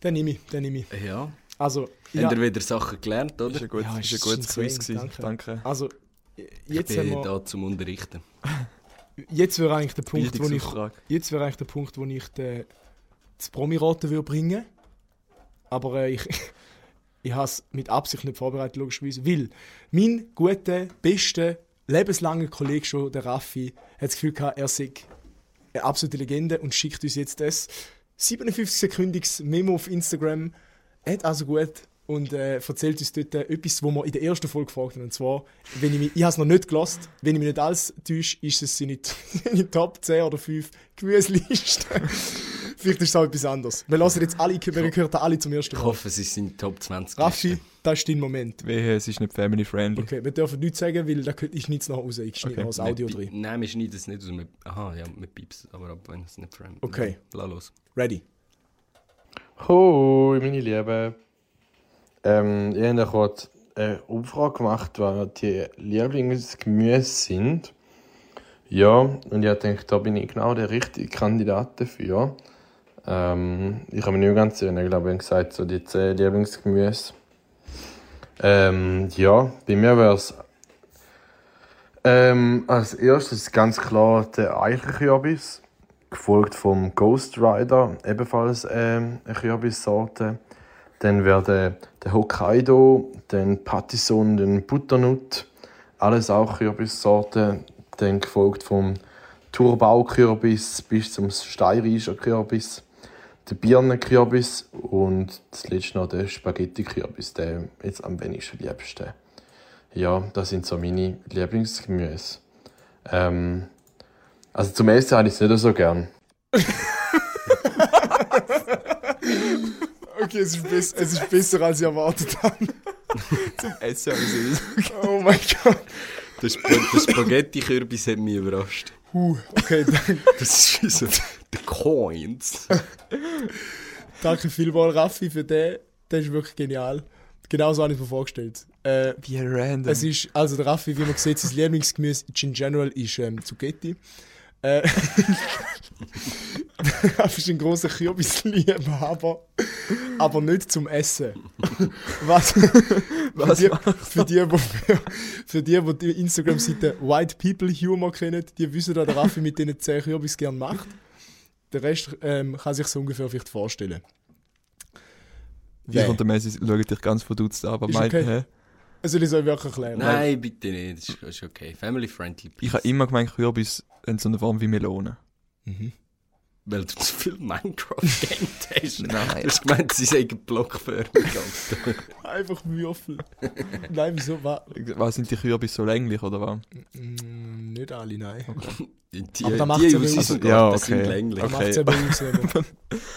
Dann nehme ich, dann nehme ich. Ja. Also, ja. ja, Habt ihr wieder Sachen gelernt, Das [laughs] ist oder? ein gutes, Ja, ist ist ein gutes insane, Quiz gewesen. danke. Danke. also jetzt Ich haben bin wir... da zum Unterrichten. jetzt wäre eigentlich der Punkt, wo ich, Bildungsauftrag. jetzt wäre eigentlich der Punkt, wo ich den, das Promi-Raten würde bringen. Aber äh, ich, ich habe es mit Absicht nicht vorbereitet, logischerweise. Weil mein guter, bester, lebenslanger Kollege schon, der Raffi, hat das Gefühl gehabt, er sei eine absolute Legende und schickt uns jetzt das 57-sekündiges Memo auf Instagram. Er hat also gut und äh, erzählt uns dort äh, etwas, wo wir in der ersten Folge gefragt haben. Und zwar, wenn ich, mich, ich habe es noch nicht gelost, wenn ich mich nicht alles täusche, ist es [laughs] seine, seine Top 10 oder 5 Gemüseliste. [laughs] Vielleicht ist es auch etwas anderes. Wir hören jetzt alle, wir hören alle zum ersten Ich Mal. hoffe, es ist in Top 20. Raffi, das ist dein Moment. Wehe, es ist nicht family-friendly. Okay, wir dürfen nichts sagen, weil da könnte ich nichts nachher raus. Ich schneide Okay, noch das Audio drin. Nein, wir schneiden es nicht aus. Wir, aha, ja, wir piepsen aber ab, wenn es nicht fremd Okay. Lass los. Ready. Hoi, meine Lieben. Ähm, ich habe gerade eine Umfrage gemacht, was die Lieblingsgemüse sind. Ja, und ich denke, da bin ich genau der richtige Kandidat dafür. Ähm, ich habe mir nicht ganz erinnern, glaube ich, gesagt, so die 10 Lieblingsgemüse. Ähm, ja, bei mir wäre es ähm, als erstes ganz klar der Eichenkürbis gefolgt vom Ghost Rider, ebenfalls ähm, eine Kürbissorte. Dann werden der Hokkaido, den Pattison, den Butternut, alles auch Kürbissorten. Dann gefolgt vom Turbau-Kürbis bis zum Steirischer Kürbis, der Birnenkürbis und zuletzt noch der Spaghetti-Kürbis, der jetzt am wenigsten liebsten. Ja, das sind so meine Lieblingsgemüse. Ähm, also zum Essen habe ich es nicht so gern. Okay, es ist, bess- es ist besser, als ich erwartet habe. Es ja ist Oh mein Gott. Der, Sp der Spaghetti-Kürbis hat mich [laughs] überrascht. Huh, okay, danke, Das ist so. Der Coins. danke vielmals, Raffi, für den. Der ist wirklich genial. Genau so habe ich es mir vorgestellt. Äh, Wie random. es ist, also der Raffi, wie man sieht, sein Lieblingsgemüse in general ist ähm, Zucchetti. Äh, [laughs] der Raffi ist ein großer Kürbisliebhaber, aber nicht zum Essen. Was? Was für, die, für, die, wo, für, die, wo die Instagram-Seite White People Humor kennen, die wissen, dass der Raffi mit diesen 10 Kürbis gerne macht. Der Rest ähm, kann sich so ungefähr vielleicht vorstellen. Ich und der Messi schauen dich ganz verdutzt an, aber Ist meint, okay. hä? Also, ich soll ich wirklich erklären. Nein, bitte nicht. Das ist, ist okay. Family-friendly. Ich please. habe immer gemeint, Kürbis haben so eine Form wie Melone. Mhm. Weil du zu viel Minecraft [laughs] gegamed hast. Nein. Du hast gemeint, sie sagen blockförmig. Alter. Einfach Würfel. nein, wieso? Wa [laughs] Was sind die Kürbis so länglich, oder was? Mm, nicht alle, nein. Die, die, Aber da macht's die ja aus wenig. unserem Also, ja, Garten sind okay. länglich. Okay. Okay. Macht's eben aus. eben.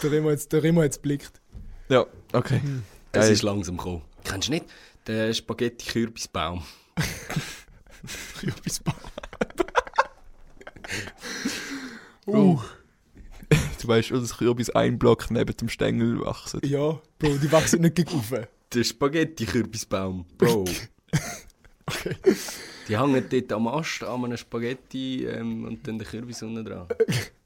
Der Remo hat's- Der Remo hat es blickt. Ja, okay. Das Geil. ist langsam gekommen. Kennst du nicht den Spaghetti-Kürbisbaum? Kürbisbaum. uh, Du weißt schon, dass Kürbis ein Block neben dem Stängel wachsen. ja, Bro, die wachsen nicht gegen rauf. Der Spaghetti-Kürbisbaum, [laughs] Bro. Die hängen dort am Ast an einem Spaghetti ähm, und dann der Kürbis unten dran.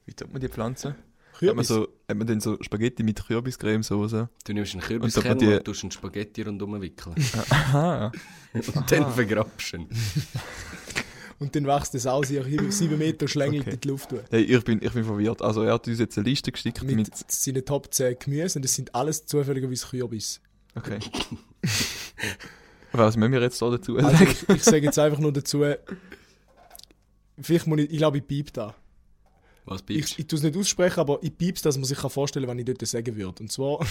Wie tut man die Pflanzen? Hat man, Kürbis. so, hat man dann so Spaghetti mit Kürbiscremesoße? Du nimmst einen dann Kürbiskern die- und tust einen Spaghetti rundum wickeln. [laughs] Aha. und dann vergrabst du ihn. Und dann wächst das auch sieben sieben Meter schlängelt Okay. in die Luft. Mit, Hey, ich bin, ich bin verwirrt. Also er hat uns jetzt eine Liste geschickt mit... mit seinen Top 10 Gemüse und das sind alles zufälligerweise Kürbis. Okay. [laughs] Was müssen wir jetzt da dazu Also [laughs] sagen? ich, ich sage jetzt einfach nur dazu, vielleicht muss ich, ich glaube, ich piep da. Was Ich, bist du? ich tue es nicht aussprechen, aber ich piep's, dass man sich kann vorstellen kann, wenn ich dort sagen würde. Und zwar [laughs]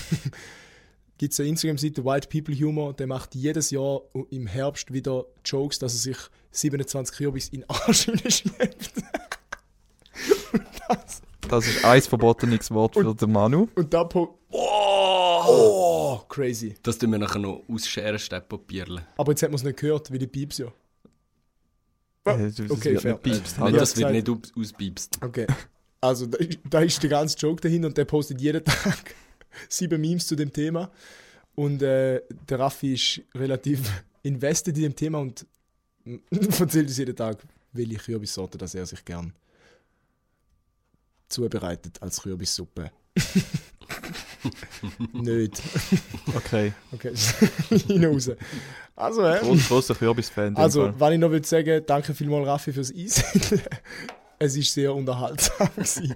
gibt es eine Instagram-Seite White People Humor, der macht jedes Jahr im Herbst wieder Jokes, dass er sich 27 Kürbis in den Arsch [laughs] hineinschiebt. Das ist ein verbotenes Wort für den Manu. Und da po. Oh! Crazy. Das tun wir nachher noch ausscheren, statt Papierle. Aber jetzt hat man es nicht gehört, weil ich piep's ja. Äh, das okay, wird fair. nicht piepst. Wenn Ja, Hallo. das wird zeig. nicht aus- auspiepst. Okay. Also, da [laughs] ist, da ist der ganze Joke dahin und der postet jeden [laughs] Tag sieben Memes zu dem Thema. Und äh, der Raffi ist relativ [laughs] invested in dem Thema und [laughs] erzählt uns jeden Tag, welche Kürbissorte dass er sich gern zubereitet als Kürbissuppe. [laughs] Nicht. Okay. Okay, [laughs] hinaus. Also, äh, Groß, grosser Kürbisfan. in dem also, Fall. was ich noch will sagen, danke vielmals Raffi fürs Eis. [laughs] es ist sehr unterhaltsam [laughs] gewesen.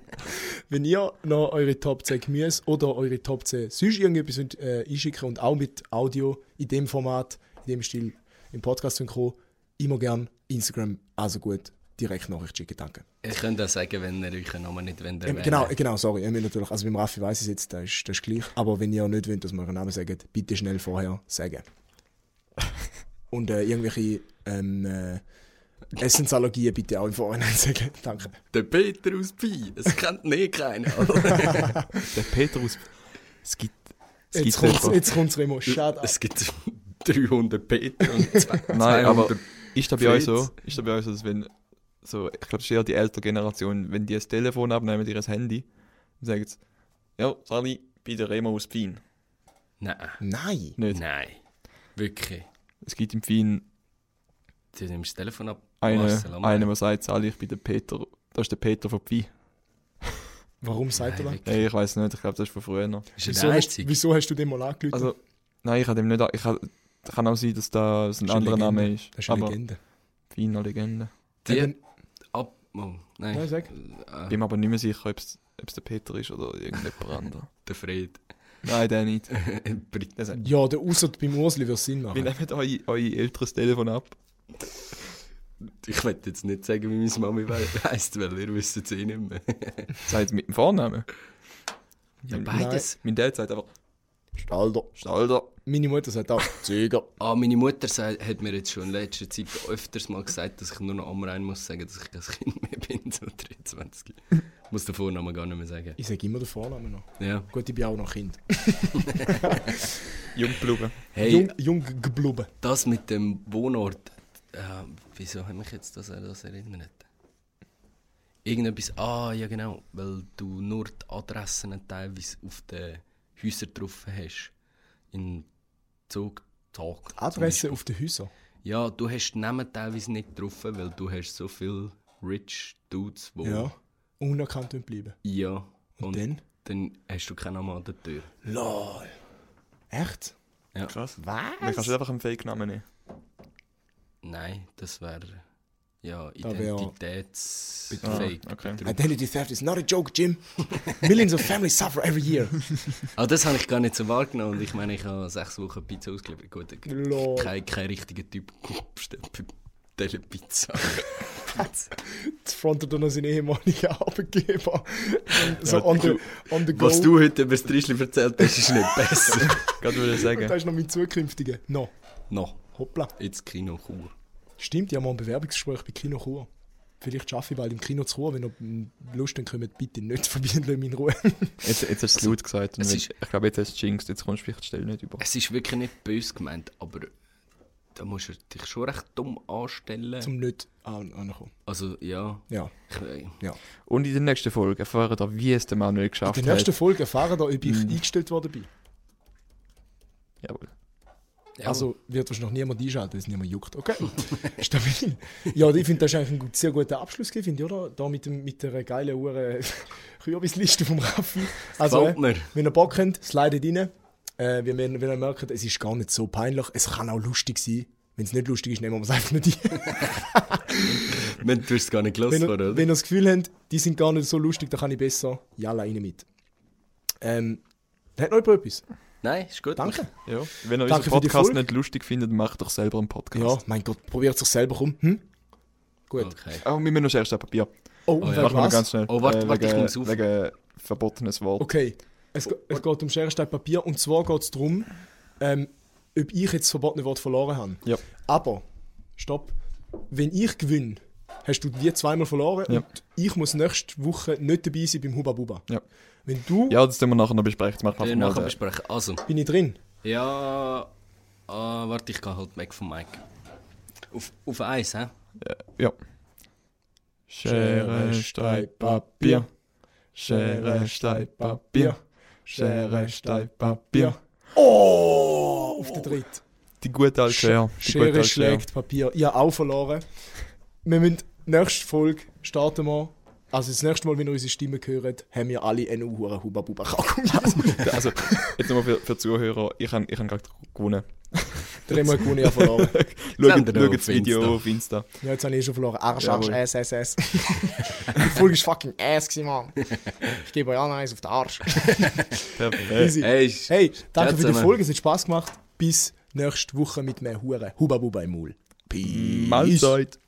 Wenn ihr noch eure Top 10 Gemüse oder eure Top 10 sonst irgendetwas wollt, äh, einschicken und auch mit Audio in dem Format, in dem Stil im Podcast und Co., immer gern Instagram, also gut, direkt Nachricht schicken, danke. Ihr könnt auch sagen, wenn ihr euren Namen nicht wollt. Ähm, erwähnen. genau, äh, genau, sorry, ähm, natürlich, also beim Raffi weiss ich es jetzt, das ist, das ist gleich, aber wenn ihr nicht wollt, dass wir euren Namen sagen, bitte schnell vorher sagen. Und äh, irgendwelche ähm, äh, Essensallergien bitte auch im Vorhinein [laughs] sagen, danke. Der Peter aus Pi. Es kennt nie keiner. [laughs] [laughs] Der Peter aus. Es gibt. Es Jetzt gibt kommt's, etwa- jetzt kommt's, Remo. Shut up. es gibt 300 Peter und 200. Nein, aber ist das bei euch Fritz. so? Ist das bei euch so, dass wenn. So, ich glaube, es ist eher die ältere Generation, wenn die das Telefon abnehmen, ihr Handy, dann sagen sie: Ja, Sally, bitte Remo aus Pfin. Nein. Nein. Nicht. Nein. Wirklich. Es gibt im Pfin Du nimmst das Telefon ab. Marcel, einen, am einen, Ende. der sagt: Sally, ich bin der Peter. Das ist der Peter von Pfin. Warum sagt er das? Nein, Hey, ich weiß nicht, ich glaube, das ist von früher noch. wirklich. Ist Wieso der hast, einzige. wieso hast du den mal angerufen? Also, nein, ich habe dem nicht. a- Ich hab, kann auch sein, dass da ein Das ist eine anderer Legende. Name ist. Das ist eine aber Legende. Pfin eine Legende. Die Eben- ab. Oh, nein. Nein, sag. Ich Äh, bin mir aber nicht mehr sicher, ob es der Peter ist oder irgendjemand [laughs] anderer. der Fred. [laughs] Nein, der nicht. Brit- Der sagt, Ja, der Ausser beim Ursli wird Sinn Wir machen. nehmen euer, euer älteres Telefon ab. ich möchte jetzt nicht sagen, wie meine Mami we- [laughs] heisst, weil ihr wisst es eh nicht mehr. Sagt mit dem Vornamen. Ja, beides. Mein Dad sagt einfach Alter. Stalder. Meine Mutter sagt auch, [laughs] Zöger. Ah, meine Mutter sei- hat mir jetzt schon in letzter Zeit öfters mal gesagt, dass ich nur noch am Rhein muss sagen, dass ich kein Kind mehr [laughs] bin, so 23. Ich muss den Vornamen gar nicht mehr sagen. Ich sage immer den Vornamen noch. Ja. Gut, ich bin auch noch Kind. Jungblumen. Hey, Jung, jung geblubben. das mit dem Wohnort, äh, wieso hat mich jetzt das, an das erinnert? Irgendetwas, ah ja genau, weil du nur die Adressen teilweise auf den Häusern drauf hast. In Zug, Tag. zum Adresse auf den Häusern. Ja, du hast die Namen teilweise nicht getroffen, weil du hast so viele rich Dudes, wo Ja. Unerkannt und bleiben. ja und, dann? dann hast du keinen Namen an der Tür. LOL. Echt? Ja. Krass. Dann kannst du Was? einfach einen Fake-Namen nehmen. Nein, das wäre ja Da wär- Identitätsfake. Ah, okay. Identity theft is not a joke, Jim. [laughs] Millions of families suffer every year. Aber Ah, das habe ich gar nicht so wahrgenommen. Und ich meine, ich habe sechs Wochen Pizza ausgeliefert. Gut, ich Lol. kein, kein richtiger Typ [laughs] bestellt bei Telepizza. Jetzt frontet er noch seinen ehemaligen [laughs] Arbeitgeber. So on the, on the go. Was du heute über das Trischli erzählt hast, ist nicht besser. [laughs] Gerade würde ich Und sagen. da ist noch mein zukünftiger. No. Noch, Hoppla. jetzt Kino Chur. Stimmt, ich habe mal ein Bewerbungsgespräch bei Kino Chur. Vielleicht schaffe ich bald im Kino zu Chur. Wenn ihr m, Lust habt, kommt bitte nicht vorbei und lasst mich in [laughs] Ruhe. Jetzt, jetzt hast du es laut gesagt. Und Also, es wenn- ist- ich glaube, jetzt hast du es jinxed. Jetzt kommst du vielleicht die Stelle nicht über. Es ist wirklich nicht böse gemeint, aber da musst du dich schon recht dumm anstellen. Zum nicht an- ankommen. also ja, Ja, ich, äh, ja. Und in der nächsten Folge erfahren wir, wie es der Manuel In geschafft der nächsten hat. Folge erfahren wir, ob ich eingestellt worden bin. Jawohl. ja, Also wird wahrscheinlich noch niemand einschalten, weil es niemand juckt. Okay, [laughs] stabil. Ja, ich finde, das ist eigentlich ein gut, sehr guter Abschluss, gewesen, finde ich, oder? Da mit, dem, mit der geilen Uhr [laughs] Kürbisliste vom Raffi. Also, Gefällt mir. wenn ihr Bock habt, slidet rein. Äh, wenn, wenn ihr merkt, es ist gar nicht so peinlich, es kann auch lustig sein. Wenn es nicht lustig ist, nehmen wir es einfach nicht ein. wenn du es gar nicht Wenn gelassen ihr, oder? wenn ihr das Gefühl habt, die sind gar nicht so lustig, dann kann ich besser. Jalla, rein mit. Ähm, hat noch jemand etwas? Nein, ist gut. Danke. Ja. Wenn ihr Danke unseren für die Podcast Folge. nicht lustig findet, macht doch selber einen Ja, Podcast. mein Gott, probiert sich selber rum. Hm? Gut. Okay. Aber wir müssen noch erst ein Papier. Oh, und ja. wegen Machen wir was? ganz schnell. Äh, Oh, warte, warte, ich wegen, muss auf. Wegen verbotenes Wort. Okay, es, ge- es geht um Schere, Stein, Papier und zwar geht es darum, ähm, ob ich jetzt das verbotene Wort verloren habe. Ja. Aber, stopp, wenn ich gewinne, hast du die zweimal verloren Ja. und ich muss nächste Woche nicht dabei sein beim Huba Buba. Ja. Wenn du, Ja, das tun wir nachher noch besprechen. Jetzt machen wir Wir einfach mal nachher den- besprechen. Also, bin ich drin. ja, äh, warte, ich gehe halt weg vom Mike. Auf, auf Eis, hä? Ja. Schere, Stein, Papier. Schere, Stein, Papier. Schere, Stein, Papier. Oh, auf den dritt. Die gute alte Schere. Die gute Schere alte Schere. schlägt Papier. Ich habe auch verloren. Wir müssen nächste Folge starten wir. Also das nächste Mal, wenn ihr unsere Stimme hört, haben wir alle einen Uhren Huba [laughs] Buba [laughs] Kaugummi. Also, jetzt nochmal für, für die Zuhörer. Ich habe ich hab gerade gewonnen. Dreimal gewonnen, ja verloren. Schaut Send ihn schaut auf das Video Insta. auf Insta. Ja, jetzt habe ich eh schon verloren. Arsch, Arsch, Jawohl. Ass, Ass, Ass. Die Folge war fucking Ass, gewesen, Mann. Ich gebe euch auch noch eins auf den Arsch. Perfekt. Easy. Hey, ist- Hey, danke Ciao für die zusammen. Folge, es hat Spaß gemacht. Bis nächste Woche mit mehr Huren. Huba Buba im Maul. Peace. Äh, Mahlzeit.